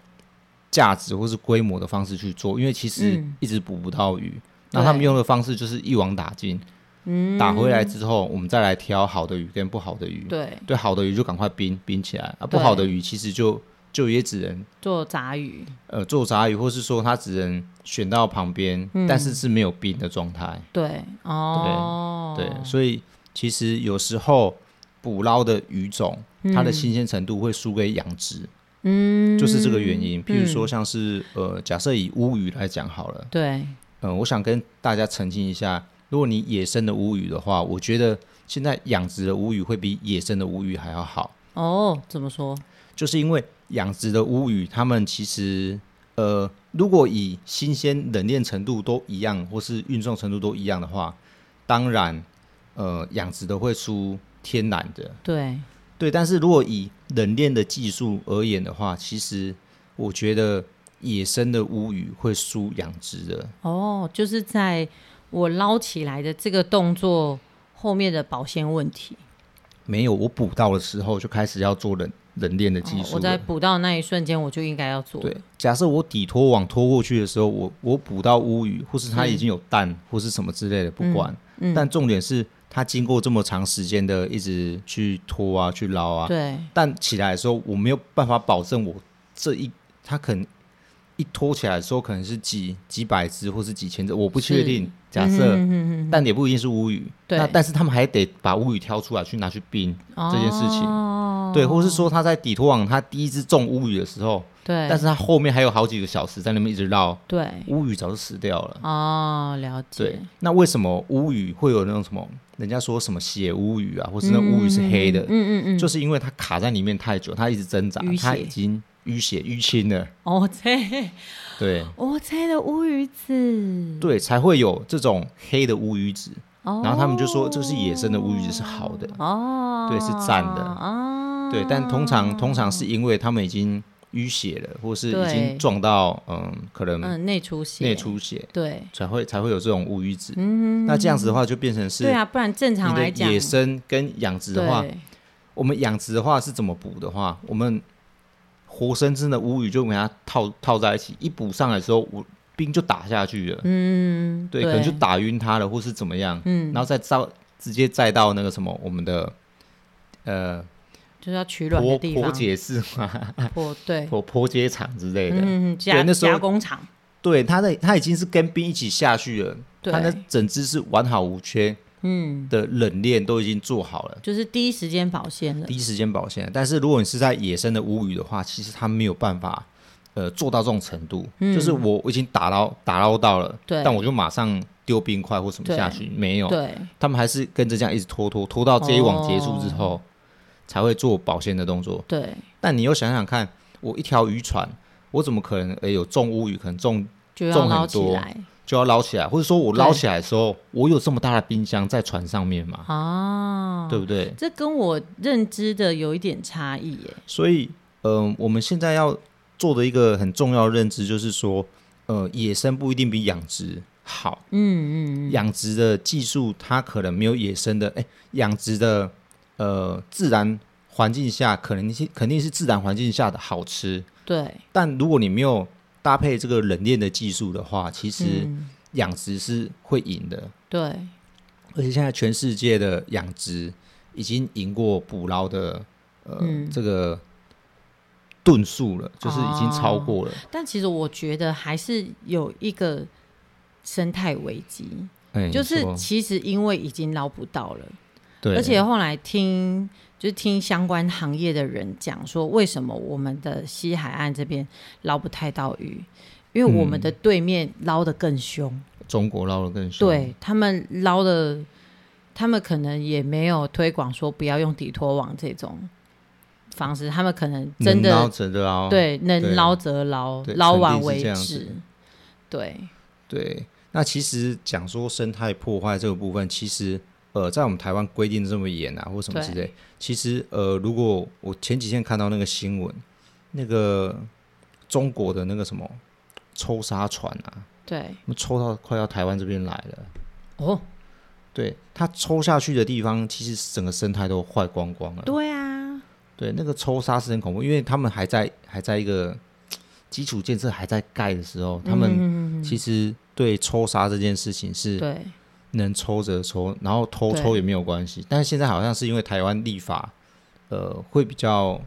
Speaker 1: 价值或是规模的方式去做，因为其实
Speaker 2: 嗯
Speaker 1: 一直捕不到鱼。那
Speaker 2: 对
Speaker 1: 他们用的方式就是一网打尽，
Speaker 2: 嗯，
Speaker 1: 打回来之后，我们再来挑好的鱼跟不好的鱼。
Speaker 2: 对，
Speaker 1: 对，好的鱼就赶快冰冰起来，啊，不
Speaker 2: 对
Speaker 1: 好的鱼其实就就也只能
Speaker 2: 做杂鱼，
Speaker 1: 呃做杂鱼，或是说它只能选到旁边，
Speaker 2: 嗯
Speaker 1: 但是是没有冰的状态。
Speaker 2: 对，哦，
Speaker 1: 对，所以其实有时候捕捞的鱼种，它的新鲜程度会输给养殖，
Speaker 2: 嗯，
Speaker 1: 就是这个原因。譬如说像是呃，假设以乌鱼来讲好了，
Speaker 2: 对，
Speaker 1: 嗯、我想跟大家澄清一下，如果你野生的乌鱼的话，我觉得现在养殖的乌鱼会比野生的乌鱼还要好。
Speaker 2: 哦，怎么说？
Speaker 1: 就是因为养殖的乌鱼，它们其实呃，如果以新鲜冷链程度都一样，或是运送程度都一样的话，当然呃，养殖的会输天然的。
Speaker 2: 对，
Speaker 1: 对，但是如果以冷链的技术而言的话，其实我觉得野生的乌鱼会输养殖的。
Speaker 2: 哦，就是在我捞起来的这个动作后面的保鲜问题，
Speaker 1: 没有，我捕到的时候就开始要做冷冷链的技
Speaker 2: 哦
Speaker 1: 术了、
Speaker 2: 我在捕到那一瞬间我就应该要做，
Speaker 1: 对，假设我底拖网拖过去的时候，我我捕到乌鱼，或是它已经有蛋，或是什么之类的，不管。
Speaker 2: 嗯
Speaker 1: 但重点是它经过这么长时间的一直去拖啊，去捞啊，
Speaker 2: 对，
Speaker 1: 但起来的时候，我没有办法保证我这一它可能一拖起来的时候，可能是几几百只或是几千只，我不确
Speaker 2: 是
Speaker 1: 定。假设，
Speaker 2: 嗯哼哼
Speaker 1: 但也不一定是乌鱼。
Speaker 2: 对
Speaker 1: 那但是他们还得把乌鱼挑出来去拿去冰，
Speaker 2: 哼
Speaker 1: 这件事情
Speaker 2: 哦
Speaker 1: 对，或是说他在底拖网他第一只中乌鱼的时候。
Speaker 2: 对，
Speaker 1: 但是它后面还有好几个小时在那边一直绕，
Speaker 2: 对，
Speaker 1: 乌鱼早就死掉了。
Speaker 2: 哦，了
Speaker 1: 对
Speaker 2: 解，，
Speaker 1: 那为什么乌鱼会有那种什么，人家说什么血乌鱼啊，或是那乌鱼是黑的，
Speaker 2: 嗯嗯嗯，
Speaker 1: 就是因为它卡在里面太久，它一直挣扎
Speaker 2: 淤，血
Speaker 1: 它已经淤血淤青了，
Speaker 2: 哦，这
Speaker 1: 对
Speaker 2: 我猜的乌鱼子，
Speaker 1: 对，才会有这种黑的乌鱼子。
Speaker 2: 哦，
Speaker 1: 然后他们就说这是野生的乌鱼子是好的，
Speaker 2: 哦，
Speaker 1: 对是赞的
Speaker 2: 哦，
Speaker 1: 对，但通常通常是因为他们已经淤血了，或是已
Speaker 2: 对
Speaker 1: 经撞到嗯可能
Speaker 2: 嗯内出血，
Speaker 1: 内出血，
Speaker 2: 对
Speaker 1: 才会才会有这种乌鱼子。那这样子的话就变成是
Speaker 2: 嗯对啊，不然正常
Speaker 1: 你
Speaker 2: 来
Speaker 1: 的
Speaker 2: 讲，
Speaker 1: 野生跟养殖的话，
Speaker 2: 对
Speaker 1: 我们养殖的话是怎么捕的话，我们活生生的乌鱼就给它套套在一起，一捕上来的时候，我冰就打下去了，
Speaker 2: 嗯
Speaker 1: 对，可能就打晕它了，或是怎么样，
Speaker 2: 嗯，
Speaker 1: 然后再照直接载到那个什么我们的呃
Speaker 2: 就是要取卵
Speaker 1: 婆
Speaker 2: 的地
Speaker 1: 婆
Speaker 2: 方，
Speaker 1: 解室嘛，
Speaker 2: 破对，
Speaker 1: 婆婆解厂之类的，
Speaker 2: 嗯加
Speaker 1: 对那时候
Speaker 2: 加工厂，
Speaker 1: 对，它的它已经是跟冰一起下去了，
Speaker 2: 对
Speaker 1: 它的整只是完好无缺
Speaker 2: 嗯，
Speaker 1: 的冷链都已经做好了。
Speaker 2: 就是第一时间保鲜的
Speaker 1: 第，一时间保鲜。但是如果你是在野生的乌鱼的话，其实它没有办法呃做到这种程度，就是我我已经打捞打捞到了，
Speaker 2: 嗯对
Speaker 1: 但我就马上丢冰块或什么
Speaker 2: 对
Speaker 1: 下去，没有，
Speaker 2: 对，
Speaker 1: 他们还是跟着这样一直拖拖拖到这一网结束之后、
Speaker 2: 哦
Speaker 1: 才会做保鲜的动作。
Speaker 2: 对，
Speaker 1: 但你又想想看，我一条渔船，我怎么可能呃有中乌鱼，可能中
Speaker 2: 就要
Speaker 1: 重很
Speaker 2: 捞起
Speaker 1: 多
Speaker 2: 来
Speaker 1: 就要捞起来，或者说我捞
Speaker 2: 对
Speaker 1: 起来的时候，我有这么大的冰箱在船上面嘛，
Speaker 2: 啊，
Speaker 1: 对不对？
Speaker 2: 这跟我认知的有一点差异耶，
Speaker 1: 所以，嗯、我们现在要做的一个很重要的认知就是说，呃，野生不一定比养殖好。嗯嗯，养殖的技术它可能没有野生的，哎、养殖的呃自然环境下，可能是肯定是自然环境下的好吃。
Speaker 2: 对，
Speaker 1: 但如果你没有搭配这个冷链的技术的话，其实养殖是会赢的。
Speaker 2: 嗯对，
Speaker 1: 而且现在全世界的养殖已经赢过捕捞的呃、
Speaker 2: 嗯
Speaker 1: 这个吨数了，就是已经超
Speaker 2: 哦
Speaker 1: 过了。
Speaker 2: 但其实我觉得还是有一个生态危机，
Speaker 1: 哎，你
Speaker 2: 就是
Speaker 1: 说
Speaker 2: 其实因为已经捞不到了。
Speaker 1: 对，
Speaker 2: 而且后来听就是听相关行业的人讲说，为什么我们的西海岸这边捞不太到鱼？因为我们的对面捞得更凶，
Speaker 1: 中国捞的更凶。
Speaker 2: 对他们捞的，他们可能也没有推广说不要用底拖网这种方式，他们可能
Speaker 1: 能
Speaker 2: 真
Speaker 1: 捞
Speaker 2: 的
Speaker 1: 真的捞。
Speaker 2: 对
Speaker 1: 对
Speaker 2: 能捞则捞，
Speaker 1: 对
Speaker 2: 捞完
Speaker 1: 肯定是
Speaker 2: 为
Speaker 1: 这样
Speaker 2: 止
Speaker 1: 子。
Speaker 2: 对，
Speaker 1: 对，那其实讲说生态破坏这个部分，其实呃，在我们台湾规定这么严啊，或什么之类，其实呃，如果我前几天看到那个新闻，那个中国的那个什么抽沙船啊，
Speaker 2: 对，
Speaker 1: 他们抽到快要台湾这边来了，
Speaker 2: 哦，
Speaker 1: 对，它抽下去的地方，其实整个生态都坏光光了。
Speaker 2: 对啊，
Speaker 1: 对，那个抽沙是很恐怖，因为他们还在还在一个基础建设还在盖的时候，他们
Speaker 2: 嗯
Speaker 1: 其实对抽沙这件事情是
Speaker 2: 对
Speaker 1: 能抽则抽，然后偷
Speaker 2: 对
Speaker 1: 抽也没有关系。但是现在好像是因为台湾立法，呃，会比较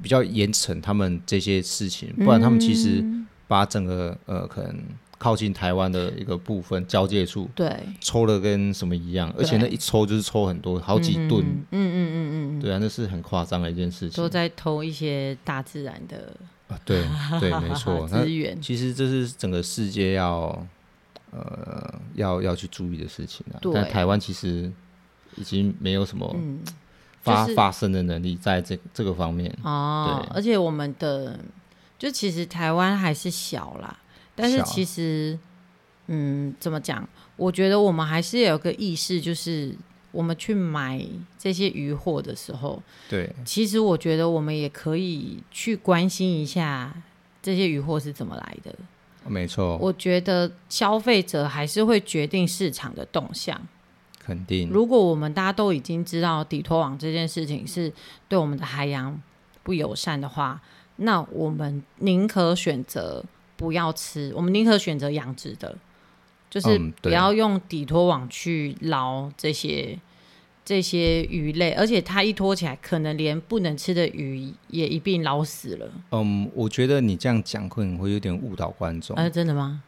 Speaker 1: 比较严惩他们这些事情，
Speaker 2: 嗯
Speaker 1: 不然他们其实把整个呃可能靠近台湾的一个部分交界处
Speaker 2: 对，
Speaker 1: 抽的跟什么一样，而且那
Speaker 2: 对
Speaker 1: 一抽就是抽很多，好几吨。
Speaker 2: 嗯嗯嗯嗯嗯，
Speaker 1: 对啊，那是很夸张的一件事情
Speaker 2: 都。在偷一些大自然的
Speaker 1: 啊 对对，没错。哦那
Speaker 2: 资源。
Speaker 1: 其实这是整个世界要呃要要去注意的事情啊。
Speaker 2: 对
Speaker 1: 但台湾其实已经没有什么
Speaker 2: 嗯
Speaker 1: 发、
Speaker 2: 就是
Speaker 1: 发声的能力在这这个方面。
Speaker 2: 哦，
Speaker 1: 对
Speaker 2: 而且我们的就其实台湾还是小啦，但是
Speaker 1: 小啊
Speaker 2: 其实嗯，怎么讲？我觉得我们还是有个意识，就是我们去买这些渔货的时候，
Speaker 1: 对
Speaker 2: 其实我觉得我们也可以去关心一下这些渔货是怎么来的。
Speaker 1: 没错，
Speaker 2: 我觉得消费者还是会决定市场的动向。
Speaker 1: 肯定
Speaker 2: 如果我们大家都已经知道底拖网这件事情是对我们的海洋不友善的话，那我们宁可选择不要吃，我们宁可选择养殖的，就是
Speaker 1: 嗯
Speaker 2: 不
Speaker 1: 对
Speaker 2: 要用底拖网去捞这些。这些鱼类，而且它一拖起来，可能连不能吃的鱼也一并捞死了。
Speaker 1: 嗯，我觉得你这样讲可能会有点误导观众，
Speaker 2: 哎，真的吗？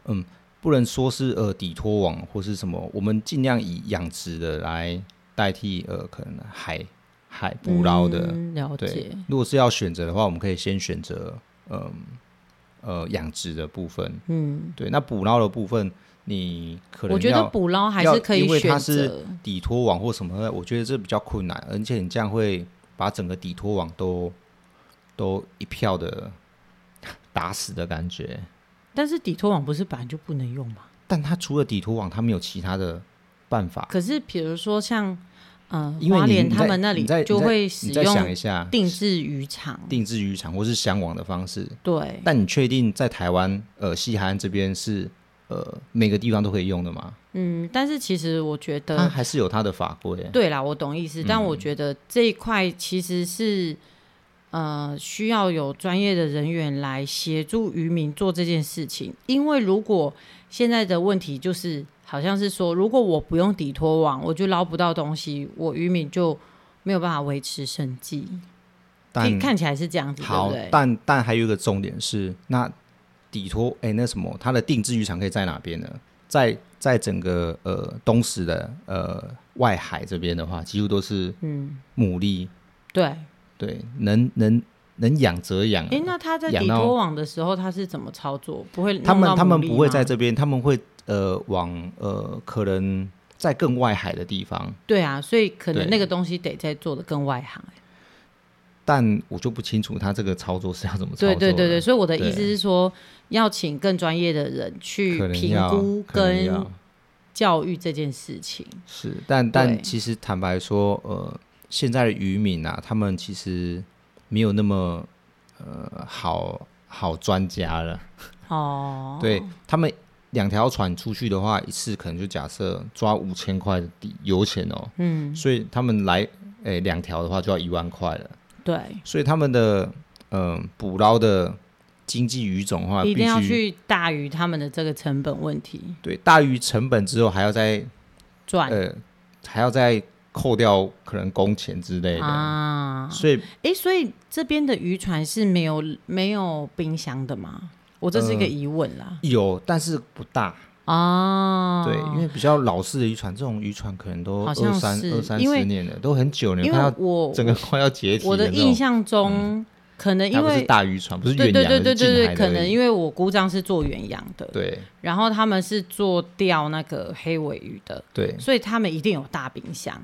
Speaker 1: 不能说是呃底拖网或是什么，我们尽量以养殖的来代替呃可能海海捕捞的。
Speaker 2: 嗯了
Speaker 1: 对
Speaker 2: 解。，
Speaker 1: 如果是要选择的话，我们可以先选择嗯呃养殖的部分，
Speaker 2: 嗯，
Speaker 1: 对，那捕捞的部分你可能
Speaker 2: 我觉得
Speaker 1: 要
Speaker 2: 捕捞还
Speaker 1: 要
Speaker 2: 是可以
Speaker 1: 因为
Speaker 2: 选
Speaker 1: 它是
Speaker 2: 择。
Speaker 1: 底拖网或什么的，我觉得这比较困难，而且你这样会把整个底拖网都都一票的打死的感觉。
Speaker 2: 但是底拖网不是本来就不能用吗？
Speaker 1: 但它除了底拖网，它没有其他的办法，
Speaker 2: 可是比如说像呃
Speaker 1: 因为
Speaker 2: 花
Speaker 1: 你
Speaker 2: 莲
Speaker 1: 你
Speaker 2: 他
Speaker 1: 在
Speaker 2: 们那
Speaker 1: 你
Speaker 2: 里
Speaker 1: 在
Speaker 2: 就
Speaker 1: 你在
Speaker 2: 会使
Speaker 1: 你再想一
Speaker 2: 用
Speaker 1: 下，
Speaker 2: 定制渔场，
Speaker 1: 定制渔场或是向往的方式，
Speaker 2: 对，
Speaker 1: 但你确定在台湾呃西海岸这边是呃每个地方都可以用的吗？
Speaker 2: 嗯，但是其实我觉
Speaker 1: 它
Speaker 2: 得
Speaker 1: 还是有它的法规。
Speaker 2: 对啦，我懂意思，但我
Speaker 1: 嗯
Speaker 2: 觉得这一块其实是。呃，需要有专业的人员来协助渔民做这件事情，因为如果现在的问题就是，好像是说，如果我不用底拖网，我就捞不到东西，我渔民就没有办法维持生计。
Speaker 1: 但
Speaker 2: 听看起来是这样子，对
Speaker 1: 好
Speaker 2: 不对，？
Speaker 1: 但但还有一个重点是，那底托哎、那什么，它的定制渔场可以在哪边呢？在在整个呃东石的呃外海这边的话，几乎都是
Speaker 2: 嗯，
Speaker 1: 牡蛎，
Speaker 2: 对，
Speaker 1: 对，能能能养则养啊。
Speaker 2: 哎，那他在
Speaker 1: 养
Speaker 2: 底
Speaker 1: 到
Speaker 2: 拖网的时候，他是怎么操作？不会弄
Speaker 1: 他
Speaker 2: 嗯到
Speaker 1: 们他们
Speaker 2: 牡蛎
Speaker 1: 不会
Speaker 2: 吗
Speaker 1: 在这边，他们会呃往呃可能在更外海的地方，
Speaker 2: 对啊，所以可能
Speaker 1: 对
Speaker 2: 那个东西得再做的更外行。欸诶
Speaker 1: 但我就不清楚他这个操作是要怎么操作
Speaker 2: 对
Speaker 1: 的。
Speaker 2: 对对对，所以我的
Speaker 1: 对
Speaker 2: 意思是说，要请更专业的人去
Speaker 1: 可能
Speaker 2: 评
Speaker 1: 要
Speaker 2: 估
Speaker 1: 可能
Speaker 2: 跟
Speaker 1: 要
Speaker 2: 教育这件事情。
Speaker 1: 是，但但
Speaker 2: 对
Speaker 1: 其实坦白说，呃，现在的渔民啊，他们其实没有那么呃好好专家了。
Speaker 2: 哦，
Speaker 1: 对他们两条船出去的话，一次可能就假设抓五千块的底油钱哦，
Speaker 2: 嗯，
Speaker 1: 所以他们来诶两条的话就要一万块了，
Speaker 2: 对，
Speaker 1: 所以他们的呃捕捞的经济鱼种的话，
Speaker 2: 一定要
Speaker 1: 啊必须
Speaker 2: 去大于他们的这个成本问题
Speaker 1: 对大于成本之后，还要再
Speaker 2: 赚
Speaker 1: 呃还要再扣掉可能工钱之类的。
Speaker 2: 啊。
Speaker 1: 所以
Speaker 2: 哎，所以这边的渔船是没有没有冰箱的吗？我这是一个
Speaker 1: 呃
Speaker 2: 疑问啦。
Speaker 1: 有，但是不大。
Speaker 2: 哦，
Speaker 1: 对，因为比较老式的渔船，这种渔船可能都
Speaker 2: 好
Speaker 1: 二
Speaker 2: 像
Speaker 1: 三
Speaker 2: 是
Speaker 1: 二三
Speaker 2: 因为
Speaker 1: 十年了，都很久了。
Speaker 2: 啊因
Speaker 1: 它
Speaker 2: 为
Speaker 1: 要
Speaker 2: 我
Speaker 1: 整个快要解体
Speaker 2: 我的
Speaker 1: 这
Speaker 2: 印
Speaker 1: 种，
Speaker 2: 象中，可能
Speaker 1: 它
Speaker 2: 因
Speaker 1: 不是
Speaker 2: 为
Speaker 1: 大渔船，不是
Speaker 2: 对
Speaker 1: 远
Speaker 2: 对
Speaker 1: 洋的，
Speaker 2: 对对
Speaker 1: 是近
Speaker 2: 对
Speaker 1: 海
Speaker 2: 对，
Speaker 1: 的
Speaker 2: 可
Speaker 1: 而
Speaker 2: 能
Speaker 1: 已
Speaker 2: 因为我姑丈是做远洋的，
Speaker 1: 对
Speaker 2: 然后他们是做钓那个黑尾鱼的，
Speaker 1: 对
Speaker 2: 所以他们一定有大冰箱。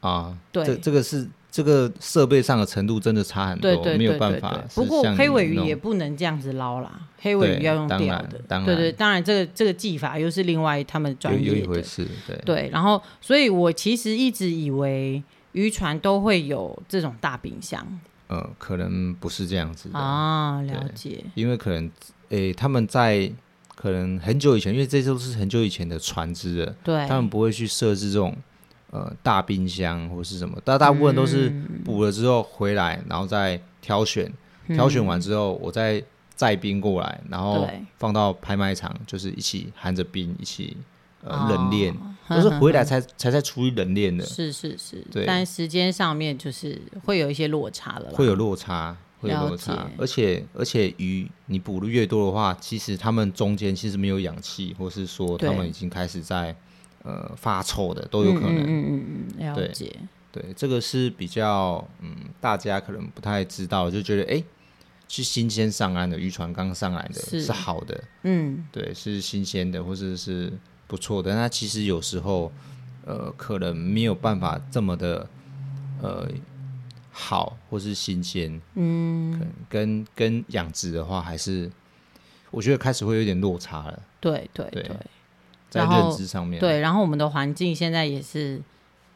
Speaker 1: 啊，
Speaker 2: 对
Speaker 1: 这这个是这个设备上的程度真的差很多，
Speaker 2: 对对
Speaker 1: 没
Speaker 2: 对
Speaker 1: 有
Speaker 2: 对
Speaker 1: 办
Speaker 2: 对
Speaker 1: 法。。
Speaker 2: 不过黑尾鱼也
Speaker 1: 不
Speaker 2: 不能这样子捞啦，黑尾鱼要用
Speaker 1: 当
Speaker 2: 钓
Speaker 1: 然
Speaker 2: 的。
Speaker 1: 当然
Speaker 2: 对对，当然这个这个技法又是另外他们专
Speaker 1: 有有
Speaker 2: 业
Speaker 1: 一回
Speaker 2: 的。
Speaker 1: 事，对
Speaker 2: 对，然后所以我其实一直以为渔船都会有这种大冰箱
Speaker 1: 呃，可能不是这样子的，
Speaker 2: 啊，了解。
Speaker 1: 因为可能诶、他们在可能很久以前，因为这都是很久以前的船只了，
Speaker 2: 对，
Speaker 1: 他们不会去设置这种呃大冰箱或是什么，大大部分都是
Speaker 2: 嗯
Speaker 1: 捕了之后回来，然后再挑选，挑选哦完之后我再载冰过来，然后
Speaker 2: 嗯对
Speaker 1: 放到拍卖场，就是一起含着冰一起呃
Speaker 2: 哦
Speaker 1: 冷链，
Speaker 2: 哼
Speaker 1: 都是回来
Speaker 2: 哼
Speaker 1: 才才在处理冷链的，
Speaker 2: 是是是，
Speaker 1: 对
Speaker 2: 但时间上面就是会有一些落差了啦，
Speaker 1: 会有落差。会有
Speaker 2: 啊了
Speaker 1: 落差
Speaker 2: 解，
Speaker 1: 而且而且鱼你捕的越多的话，其实它们中间其实没有氧气，或是说它
Speaker 2: 对
Speaker 1: 们已经开始在呃发臭的都有可能。
Speaker 2: 嗯嗯嗯嗯，了
Speaker 1: 对
Speaker 2: 解，
Speaker 1: 对，这个是比较嗯，大家可能不太知道，就觉得哎，诶是新鲜上岸的渔船刚上来的
Speaker 2: 是
Speaker 1: 是好的，
Speaker 2: 嗯，
Speaker 1: 对，是新鲜的或者是不错的。那其实有时候呃，可能没有办法这么的呃好或是新鲜，嗯，可能跟跟养殖的话，还是我觉得开始会有点落差了，
Speaker 2: 对对
Speaker 1: 对
Speaker 2: 对
Speaker 1: 在
Speaker 2: 然后
Speaker 1: 认知上面，，
Speaker 2: 对，然后我们的环境现在也是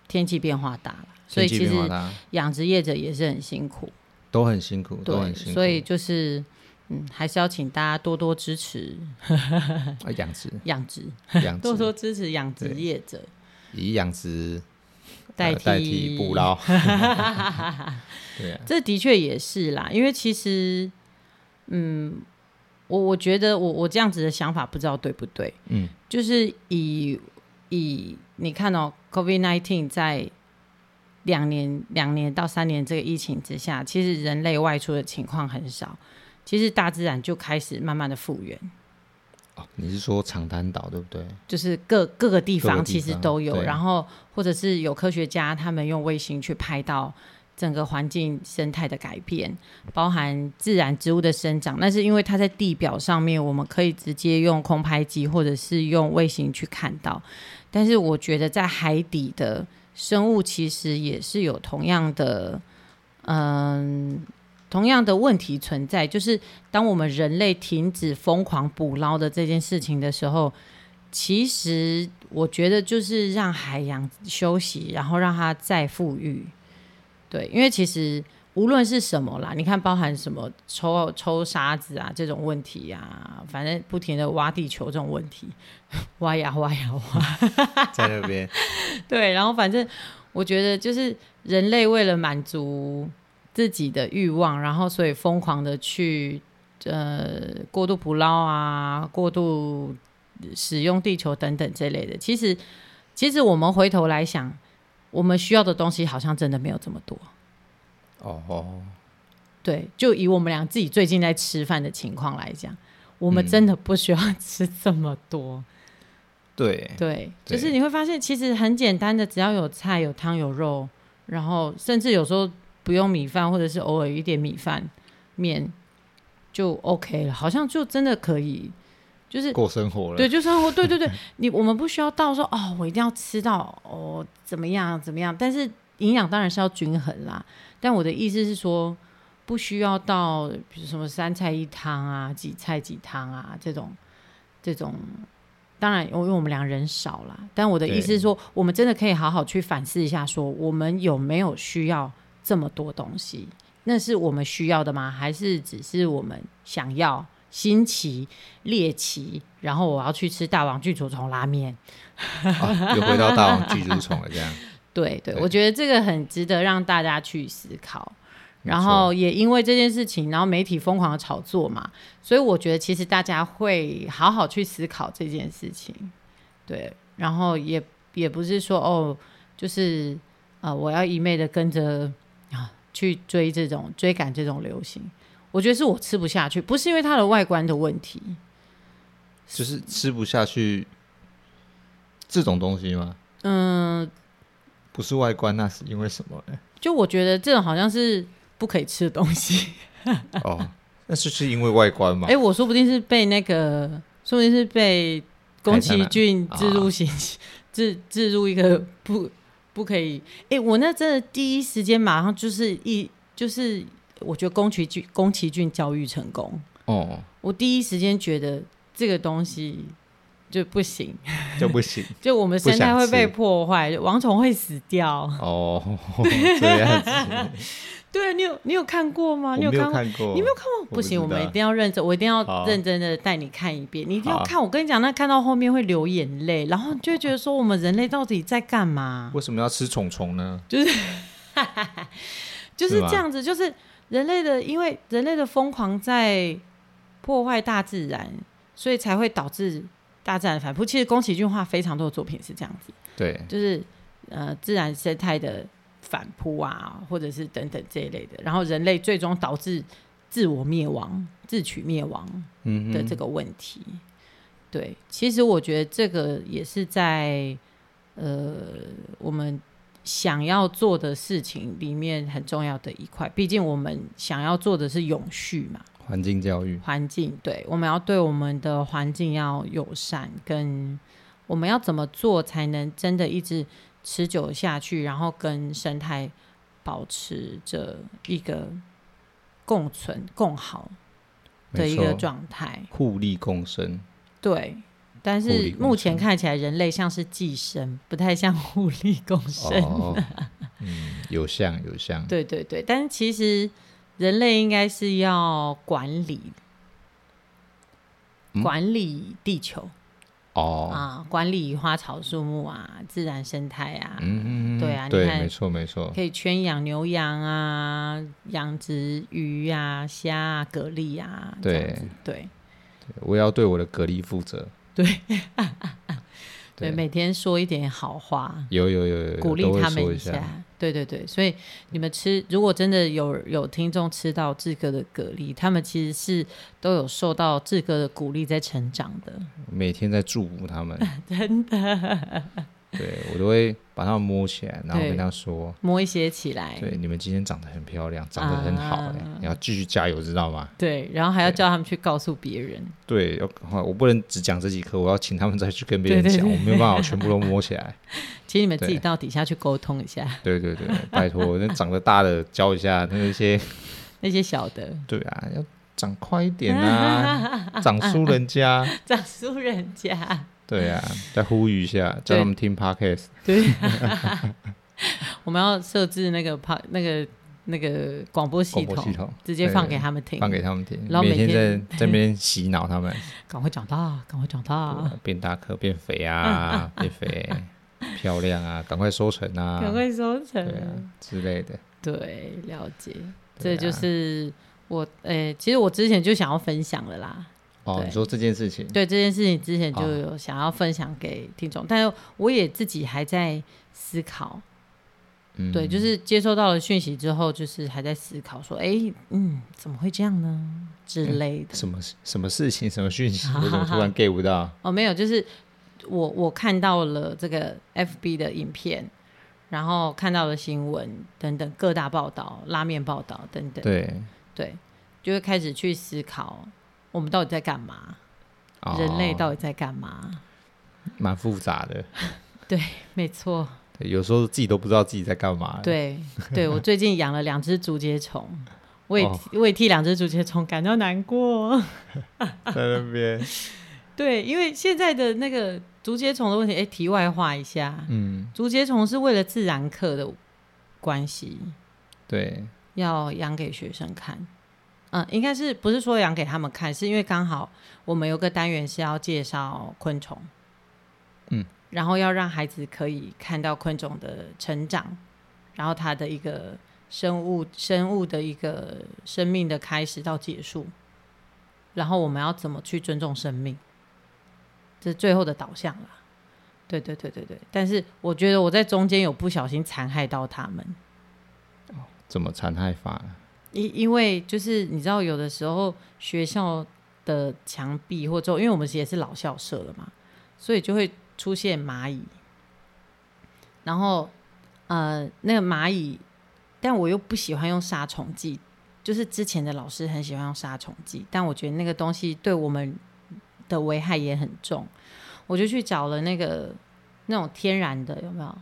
Speaker 2: 天气变化大了，所以
Speaker 1: 天
Speaker 2: 其
Speaker 1: 气变化
Speaker 2: 实
Speaker 1: 大
Speaker 2: 养殖业者也是很辛苦，
Speaker 1: 都很辛苦，都
Speaker 2: 对，
Speaker 1: 很辛苦，
Speaker 2: 所以就是嗯，还是要请大家多多支持
Speaker 1: 啊养殖
Speaker 2: 养殖，
Speaker 1: 养
Speaker 2: 多
Speaker 1: 殖
Speaker 2: 多支持养殖
Speaker 1: 对
Speaker 2: 业者，
Speaker 1: 以养殖
Speaker 2: 代
Speaker 1: 呃
Speaker 2: 替
Speaker 1: 代替捕 捞。对啊，
Speaker 2: 这的确也是啦，因为其实，嗯，我我觉得我我这样子的想法不知道对不对，
Speaker 1: 嗯，
Speaker 2: 就是以以你看哦，COVID nineteen 在两年两年到三年这个疫情之下，其实人类外出的情况很少，其实大自然就开始慢慢的复原，
Speaker 1: 哦，你是说长滩岛对不 对？
Speaker 2: 就是各各个地
Speaker 1: 各
Speaker 2: 方
Speaker 1: 个地
Speaker 2: 其
Speaker 1: 方
Speaker 2: 实都有，
Speaker 1: 对
Speaker 2: 然后或者是有科学家他们用卫星去拍到整个环境生态的改变，包含自然植物的生长。那是因为它在地表上面，我们可以直接用空拍机或者是用卫星去看到。但是我觉得在海底的生物其实也是有同样的，嗯。同样的问题存在，就是当我们人类停止疯狂捕捞的这件事情的时候，其实我觉得就是让海洋休息，然后让它再富裕。对，因为其实无论是什么啦，你看包含什么抽抽沙子啊这种问题啊，反正不停的挖地球这种问题， 挖呀挖呀挖。
Speaker 1: 在那边，
Speaker 2: 对，然后反正我觉得就是人类为了满足自己的欲望，然后所以疯狂的去呃过度捕捞啊，过度使用地球等等这类的。其实，其实我们回头来想，我们需要的东西好像真的没有这么多。
Speaker 1: 哦哦，
Speaker 2: 对，就以我们俩自己最近在吃饭的情况来讲，我们真的不需要 吃这么多。
Speaker 1: 对，
Speaker 2: 对，就
Speaker 1: 对
Speaker 2: 是你会发现，其实很简单的，只要有菜、有汤、有肉，然后甚至有时候不用米饭，或者是偶尔一点米饭面就 OK 了，好像就真的可以，就是
Speaker 1: 过生活了，
Speaker 2: 对，就 生活，对对对，你我们不需要到说哦，我一定要吃到哦怎么样怎么样，但是营养当然是要均衡啦。但我的意思是说，不需要到比如什么三菜一汤啊、几菜几汤啊这种这种。当然，因为我们俩人少啦，但我的意思是说，我们真的可以好好去反思一下说我们有没有需要这么多东西？那是我们需要的吗？还是只是我们想要新奇？猎奇，然后我要去吃大王巨竹虫拉面。
Speaker 1: 啊又回到大王巨竹虫了，这样。
Speaker 2: 对对，
Speaker 1: 对
Speaker 2: 我觉得这个很值得让大家去思考。
Speaker 1: 没
Speaker 2: 然后也因为这件事情，然后媒体疯狂的炒作嘛，所以我觉得其实大家会好好去思考这件事情。对，然后也也不是说哦，就是呃，我要一昧的跟着啊去追这种追赶这种流行。我觉得是我吃不下去，不是因为它的外观的问题，
Speaker 1: 就是吃不下去这种东西吗？
Speaker 2: 嗯，
Speaker 1: 不是外观，那是因为什么 呢？
Speaker 2: 就我觉得这种好像是不可以吃的东西。
Speaker 1: 哦，那是是因为外观吗
Speaker 2: 哎、？我说不定是被那个，说不定是被宫崎骏
Speaker 1: 海胆啊
Speaker 2: 置入型、置置入一个不不可以。哎、我那真的第一时间马上就是一就是，我觉得宫崎骏宫崎骏教育成功，
Speaker 1: 哦，
Speaker 2: 我第一时间觉得这个东西就不行，
Speaker 1: 就不行
Speaker 2: 就我们
Speaker 1: 不
Speaker 2: 生态
Speaker 1: 想
Speaker 2: 会被
Speaker 1: 吃
Speaker 2: 破坏，就王虫会死掉。
Speaker 1: 哦， 这样子，
Speaker 2: 对，啊你有你有看过吗？
Speaker 1: 我
Speaker 2: 哦你
Speaker 1: 没
Speaker 2: 看
Speaker 1: 有
Speaker 2: 过？
Speaker 1: 看过，
Speaker 2: 你没有看过？
Speaker 1: 不
Speaker 2: 不行，
Speaker 1: 知
Speaker 2: 我们
Speaker 1: 道
Speaker 2: 一定要认真，我一定要
Speaker 1: 好
Speaker 2: 认真的带你看一遍。你一定要
Speaker 1: 好
Speaker 2: 看，我跟你讲，那看到后面会流眼泪，然后你就会觉得说，我们人类到底在干嘛？
Speaker 1: 为什么要吃虫虫呢？
Speaker 2: 就是
Speaker 1: 是吧
Speaker 2: 这样子，就是人类的，因为人类的疯狂在破坏大自然，所以才会导致大自然的反扑。其实宫崎骏画非常多的作品是这样子，
Speaker 1: 对，
Speaker 2: 就是呃自然生态的反扑啊，或者是等等这一类的，然后人类最终导致自我灭亡、自取灭亡
Speaker 1: 嗯
Speaker 2: 的
Speaker 1: 哼，
Speaker 2: 这个问题。对，其实我觉得这个也是在呃我们想要做的事情里面很重要的一块，毕竟我们想要做的是永续嘛。
Speaker 1: 环境教育，
Speaker 2: 环境，对，我们要对我们的环境要友善，跟我们要怎么做才能真的一直持久下去，然后跟生态保持着一个共存共好的
Speaker 1: 没
Speaker 2: 一
Speaker 1: 错
Speaker 2: 个状态。
Speaker 1: 互利共生，
Speaker 2: 对，但
Speaker 1: 互利
Speaker 2: 是
Speaker 1: 共
Speaker 2: 目前
Speaker 1: 生
Speaker 2: 看起来人类像是寄生，不太像互利共生。
Speaker 1: 哦，嗯，有像有像，
Speaker 2: 对对对，但是其实人类应该是要管理、
Speaker 1: 嗯
Speaker 2: 管理地球、
Speaker 1: 哦，
Speaker 2: 啊，管理花草树木啊，自然生态啊，
Speaker 1: 嗯，哦
Speaker 2: 对啊你
Speaker 1: 对，
Speaker 2: 看
Speaker 1: 没错没错，
Speaker 2: 可以圈养牛羊啊，养殖鱼啊、虾啊、蛤蜊啊，这样
Speaker 1: 对
Speaker 2: 子对
Speaker 1: 我也要对我的蛤蜊负责，
Speaker 2: 对，
Speaker 1: 对
Speaker 2: 每天说一点好话。
Speaker 1: 有有有有有，
Speaker 2: 鼓励
Speaker 1: 都会
Speaker 2: 他
Speaker 1: 说
Speaker 2: 们
Speaker 1: 一下，
Speaker 2: 对对对，所以你们吃，如果真的有有听众吃到志哥的蛤蜊，他们其实是都有受到志哥的鼓励在成长的，
Speaker 1: 每天在祝福 他们，
Speaker 2: 真的
Speaker 1: 对我都会把它们摸起来，然后
Speaker 2: 对
Speaker 1: 跟他说。
Speaker 2: 摸一些起来，
Speaker 1: 对，你们今天长得很漂亮，长得很好、欸，
Speaker 2: 啊
Speaker 1: 你要继续加油，知道吗？
Speaker 2: 对然后还要叫他们去告诉别人，
Speaker 1: 对，要我不能只讲这几颗，我要请他们再去跟别人
Speaker 2: 对
Speaker 1: 讲，
Speaker 2: 对对
Speaker 1: 我没有办法全部都摸起来。
Speaker 2: 其实你们自己
Speaker 1: 对
Speaker 2: 到底下去沟通一下
Speaker 1: 对对对，拜托，那长得大的教一下那一些，
Speaker 2: 那些小的，
Speaker 1: 对啊，要长快一点 啊，长输人家。
Speaker 2: 长输人家，
Speaker 1: 对啊，再呼吁一下，叫
Speaker 2: 对
Speaker 1: 他们听 podcast。
Speaker 2: 对，我们要设置那个帕那个那个广播系
Speaker 1: 广播
Speaker 2: 统，
Speaker 1: 系统
Speaker 2: 直接
Speaker 1: 对
Speaker 2: 放给他们听，
Speaker 1: 放给他们听，
Speaker 2: 然后
Speaker 1: 每在
Speaker 2: 每天
Speaker 1: 在那边洗脑 他们，
Speaker 2: 赶快长大，赶快长大。
Speaker 1: 变大颗、变肥 啊、变肥、漂亮啊，赶快收成啊，
Speaker 2: 赶快收成。
Speaker 1: 对啊之类的。
Speaker 2: 对，了解，
Speaker 1: 对
Speaker 2: 这
Speaker 1: 啊
Speaker 2: 就是我诶、其实我之前就想要分享了啦。
Speaker 1: 哦，
Speaker 2: 对
Speaker 1: 你说这件事情，
Speaker 2: 对这件事情，之前就
Speaker 1: 好
Speaker 2: 有想要分享给听众，但是我也自己还在思考。
Speaker 1: 嗯
Speaker 2: 对，就是接收到了讯息之后，就是还在思考说，诶，嗯，怎么会这样呢？之类的。
Speaker 1: 什么什么事情、什么讯息， 为什么突然 get 不到？
Speaker 2: 哦，没有，就是我我看到了这个 FB 的影片，然后看到了新闻等等各大报道、拉面报道等等。
Speaker 1: 对，
Speaker 2: 对，就会开始去思考我们到底在干嘛，
Speaker 1: 哦
Speaker 2: 人类到底在干嘛？
Speaker 1: 蛮复杂的，
Speaker 2: 没错，
Speaker 1: 对有时候自己都不知道自己在干嘛。，
Speaker 2: 对 对，我最近养了两只竹节虫，我也、
Speaker 1: 哦
Speaker 2: 我也替两只竹节虫感到难过。
Speaker 1: 在那边，
Speaker 2: 对，因为现在的那个竹节虫的问题，哎，题外话一下，
Speaker 1: 嗯，
Speaker 2: 竹节虫是为了自然课的关系
Speaker 1: 对，
Speaker 2: 要养给学生看。嗯，应该是不是说养给他们看，是因为刚好我们有个单元是要介绍昆虫，
Speaker 1: 嗯，
Speaker 2: 然后要让孩子可以看到昆虫的成长，然后它的一个生物生物的一个生命的开始到结束，然后我们要怎么去尊重生命，这是最后的导向啦。对对对对对，但是我觉得我在中间有不小心残害到他们。
Speaker 1: 怎么残害法？
Speaker 2: 因因为就是你知道，有的时候学校的墙壁或者因为我们也是老校舍了嘛，所以就会出现蚂蚁。然后呃，那个蚂蚁，但我又不喜欢用杀虫剂，就是之前的老师很喜欢用杀虫剂，但我觉得那个东西对我们的危害也很重，我就去找了那个那种天然的有没有？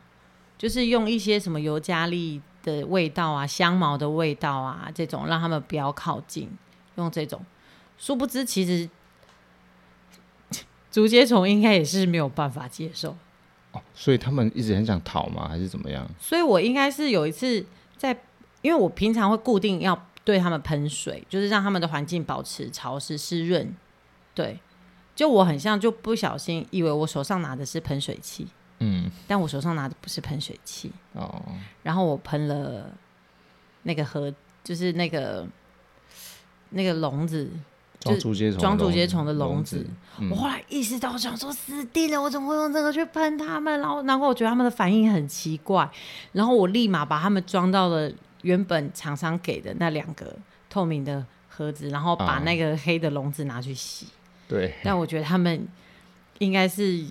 Speaker 2: 就是用一些什么尤加利的味道啊、香茅的味道啊这种，让他们不要靠近，用这种。殊不知，其实竹节虫应该也是没有办法接受，
Speaker 1: 哦，所以他们一直很想逃吗？还是怎么样？
Speaker 2: 所以我应该是有一次在，因为我平常会固定要对他们喷水，就是让他们的环境保持潮湿湿润。对，就我很像就不小心以为我手上拿的是喷水器，
Speaker 1: 嗯，
Speaker 2: 但我手上拿的不是喷水器，
Speaker 1: 哦，
Speaker 2: 然后我喷了那个盒，就是那个那个笼子，就
Speaker 1: 装竹节虫，
Speaker 2: 装竹节虫的笼
Speaker 1: 子
Speaker 2: 子。我后来意识到，我想说死定了，我怎么会用这个去喷他们？然后，然后我觉得他们的反应很奇怪，然后我立马把他们装到了原本厂商给的那两个透明的盒子，然后把
Speaker 1: 啊
Speaker 2: 那个黑的笼子拿去洗。
Speaker 1: 对，
Speaker 2: 但我觉得他们应该是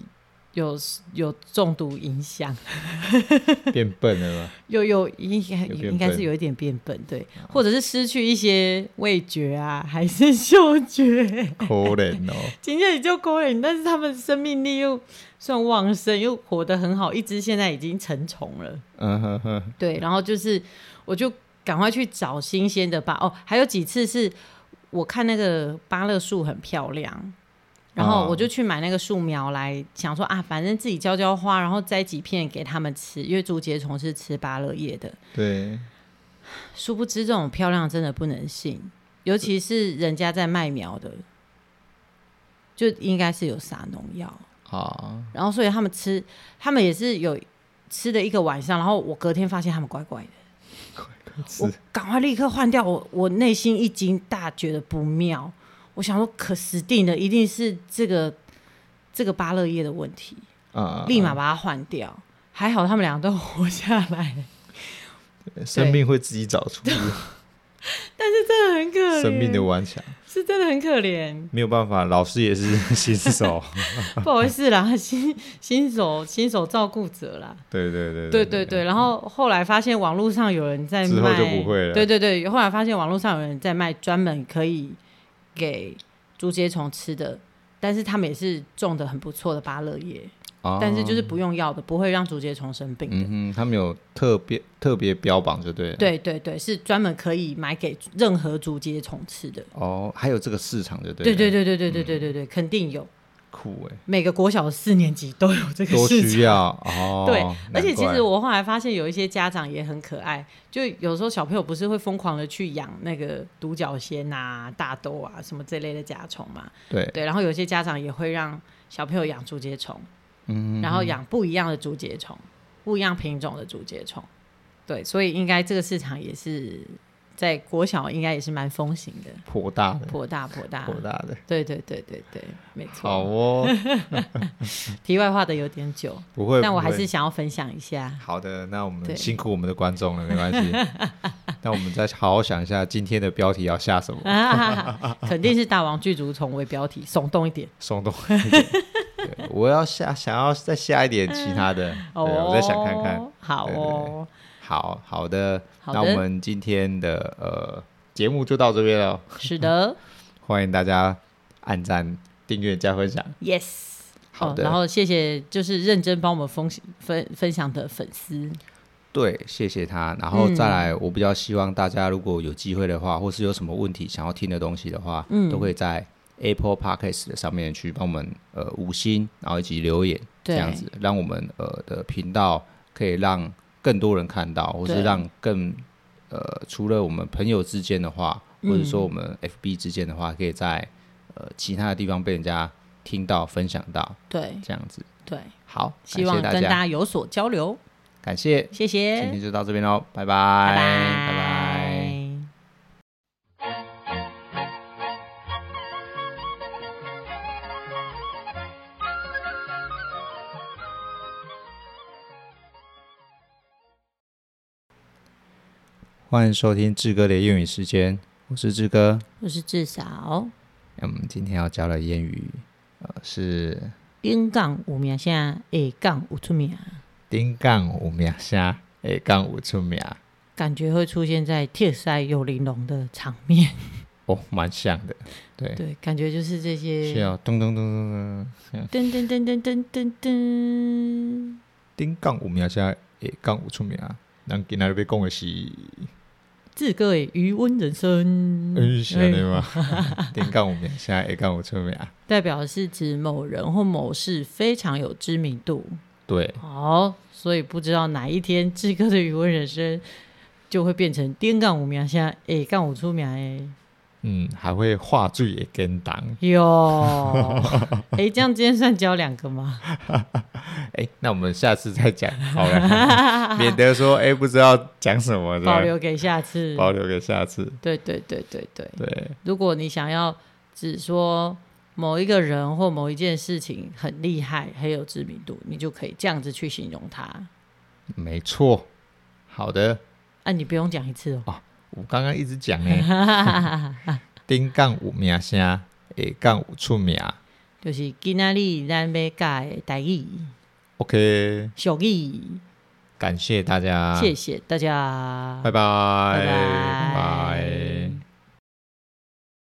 Speaker 2: 有有中毒影响，
Speaker 1: 变笨了 吗？
Speaker 2: 有有应该
Speaker 1: 有变笨啊
Speaker 2: 应该是有一点变笨，对， 或者是失去一些味觉啊，还是嗅觉。
Speaker 1: 可怜哦，
Speaker 2: 今天你就勾了你，但是他们生命力又算旺盛，又活得很好，一只现在已经成虫了。
Speaker 1: 嗯哼哼，
Speaker 2: 对，然后就是我就赶快去找新鲜的吧。哦，还有几次是我看那个芭乐树很漂亮，然后
Speaker 1: 哦
Speaker 2: 我就去买那个树苗来，想说啊，反正自己浇浇花，然后摘几片给他们吃，因为竹节虫是吃芭乐叶的。
Speaker 1: 对，
Speaker 2: 殊不知这种漂亮真的不能信，尤其是人家在卖苗的，就应该是有撒农药。
Speaker 1: 啊，
Speaker 2: 然后所以他们吃，他们也是有吃的一个晚上，然后我隔天发现他们怪怪的，我赶快立刻换掉，我我内心一惊，大觉得不妙，我想说可死定了，一定是这个这个芭乐叶的问题，
Speaker 1: 啊，
Speaker 2: 立马把它换掉。还好他们俩都活下来，
Speaker 1: 生命会自己找 出
Speaker 2: 真的很可怜，
Speaker 1: 生命的顽强，
Speaker 2: 是真的很可怜。
Speaker 1: 没有办法，老师也是新 手，
Speaker 2: 不好意思啦， 新新手新手照顾者啦，
Speaker 1: 对对对
Speaker 2: 对对对，然后后来发现网络上有人在卖，
Speaker 1: 之后就不会了
Speaker 2: 对对对，后来发现网络上有人在卖专门可以给竹节虫吃的，但是他们也是种的很不错的芭乐叶，
Speaker 1: 啊
Speaker 2: 但是就是不用药的，不会让竹节虫生病的。
Speaker 1: 嗯哼，他们有特别特别标榜就对了，
Speaker 2: 对对对，是专门可以买给任何竹节虫吃的。
Speaker 1: 哦，还有这个市场就对，
Speaker 2: 对对，对对对对对对对，肯定有。
Speaker 1: 酷哎，
Speaker 2: 每个国小四年级都有这个
Speaker 1: 多
Speaker 2: 事情
Speaker 1: 需。要哦，
Speaker 2: 对，而且
Speaker 1: 难
Speaker 2: 其
Speaker 1: 怪
Speaker 2: 实我后来发现有一些家长也很可爱，就有时候小朋友不是会疯狂的去养那个独角仙啊、大豆啊什么这类的甲虫嘛，
Speaker 1: 对，
Speaker 2: 对，然后有些家长也会让小朋友养竹节虫，
Speaker 1: 嗯，
Speaker 2: 然后养不一样的竹节虫，不一样品种的竹节虫，对，所以应该这个市场也是在国小应该也是蛮风行的，
Speaker 1: 颇大的，
Speaker 2: 颇大颇大
Speaker 1: 颇，大的，
Speaker 2: 对对对对对，没
Speaker 1: 好
Speaker 2: 错。
Speaker 1: 哦，
Speaker 2: 题外话的有点久，
Speaker 1: 不会，
Speaker 2: 但我
Speaker 1: 不
Speaker 2: 还
Speaker 1: 会
Speaker 2: 是想要分享一下。
Speaker 1: 好的，那我
Speaker 2: 对
Speaker 1: 们辛苦我们的观众了，没关 系。那我们再好好想一下今天的标题要下什 么，
Speaker 2: 啊， 肯定是大王巨足虫为标题，耸动一点。
Speaker 1: 松动一点。对我要下，想要再下一点其他的， 对，
Speaker 2: 哦
Speaker 1: 我再想看看。。
Speaker 2: 好哦，
Speaker 1: 好好的，
Speaker 2: 好的
Speaker 1: 那我们今天的呃节目就到这边了，
Speaker 2: 是的
Speaker 1: 欢迎大家按赞、订阅、加分享。
Speaker 2: ，yes。
Speaker 1: 好
Speaker 2: 哦，然
Speaker 1: 的，
Speaker 2: 后谢谢，就是认真帮我们分分分享的粉丝，
Speaker 1: 对，谢谢他。然后
Speaker 2: 嗯
Speaker 1: 再来，我比较希望大家如果有机会的话，或是有什么问题想要听的东西的话，
Speaker 2: 嗯
Speaker 1: 都可以在 Apple Podcast 的上面去帮我们呃五星，然后以及留言这
Speaker 2: 对
Speaker 1: 样子，让我们呃的频道可以让更多人看到，或是
Speaker 2: 对
Speaker 1: 让更呃除了我们朋友之间的话，
Speaker 2: 嗯
Speaker 1: 或者说我们 FB 之间的话，可以在呃其他的地方被人家听到、分享到
Speaker 2: 对
Speaker 1: 这样子。
Speaker 2: 对，
Speaker 1: 好，
Speaker 2: 希望
Speaker 1: 感
Speaker 2: 跟
Speaker 1: 谢
Speaker 2: 大
Speaker 1: 大家，
Speaker 2: 家有所交流，
Speaker 1: 感谢。
Speaker 2: 谢谢，
Speaker 1: 今天就到这边喽，拜拜，
Speaker 2: 拜
Speaker 1: 拜拜
Speaker 2: 拜
Speaker 1: 欢迎收听志哥的谚语时间，我是志哥。
Speaker 2: 我是至少
Speaker 1: 那我们今天要教的谚语，呃，是
Speaker 2: 丁杠五名，啊现在 A 杠五出名，啊
Speaker 1: “丁杠五秒虾，诶杠五出名
Speaker 2: 感觉会出现在铁塞有玲珑的场面，”，
Speaker 1: 哦，蛮像的。对，
Speaker 2: 对，感觉就是这些，
Speaker 1: 是啊，咚咚咚咚咚，
Speaker 2: 噔噔噔噔噔噔噔。
Speaker 1: 丁杠五秒虾，诶，刚有出名啊，咱今仔日要讲的是，
Speaker 2: 自个的余温人生，哎
Speaker 1: 嗯，是安尼 吗？顶讲有名，现在会讲有出名啊。
Speaker 2: 代表是指某人或某事非常有知名度。
Speaker 1: 对，
Speaker 2: 好，所以不知道哪一天志哥的语文人生就会变成颠杠五名，现在诶杠五出名啊哎诶，
Speaker 1: 嗯，还会话最也跟当。
Speaker 2: 哟，诶，这样今天算教两个吗？
Speaker 1: 诶，哎那我们下次再讲 好了， 免得说诶不知道讲什么的，
Speaker 2: 保留给下次。
Speaker 1: 保留给下次。
Speaker 2: 对对对对对，
Speaker 1: 对，
Speaker 2: 如果你想要只说某一个人或某一件事情很厉害、很有知名度，你就可以这样子去形容他。
Speaker 1: 没错。好的，
Speaker 2: 啊，你不用讲一次哦。
Speaker 1: 我刚刚一直讲 诶，顶杠有名声，下杠有出名。啊
Speaker 2: 就是今仔日咱要教的台语、
Speaker 1: OK，
Speaker 2: 俗语，
Speaker 1: 感谢大家，
Speaker 2: 谢谢大家。
Speaker 1: 啊拜拜，
Speaker 2: 拜拜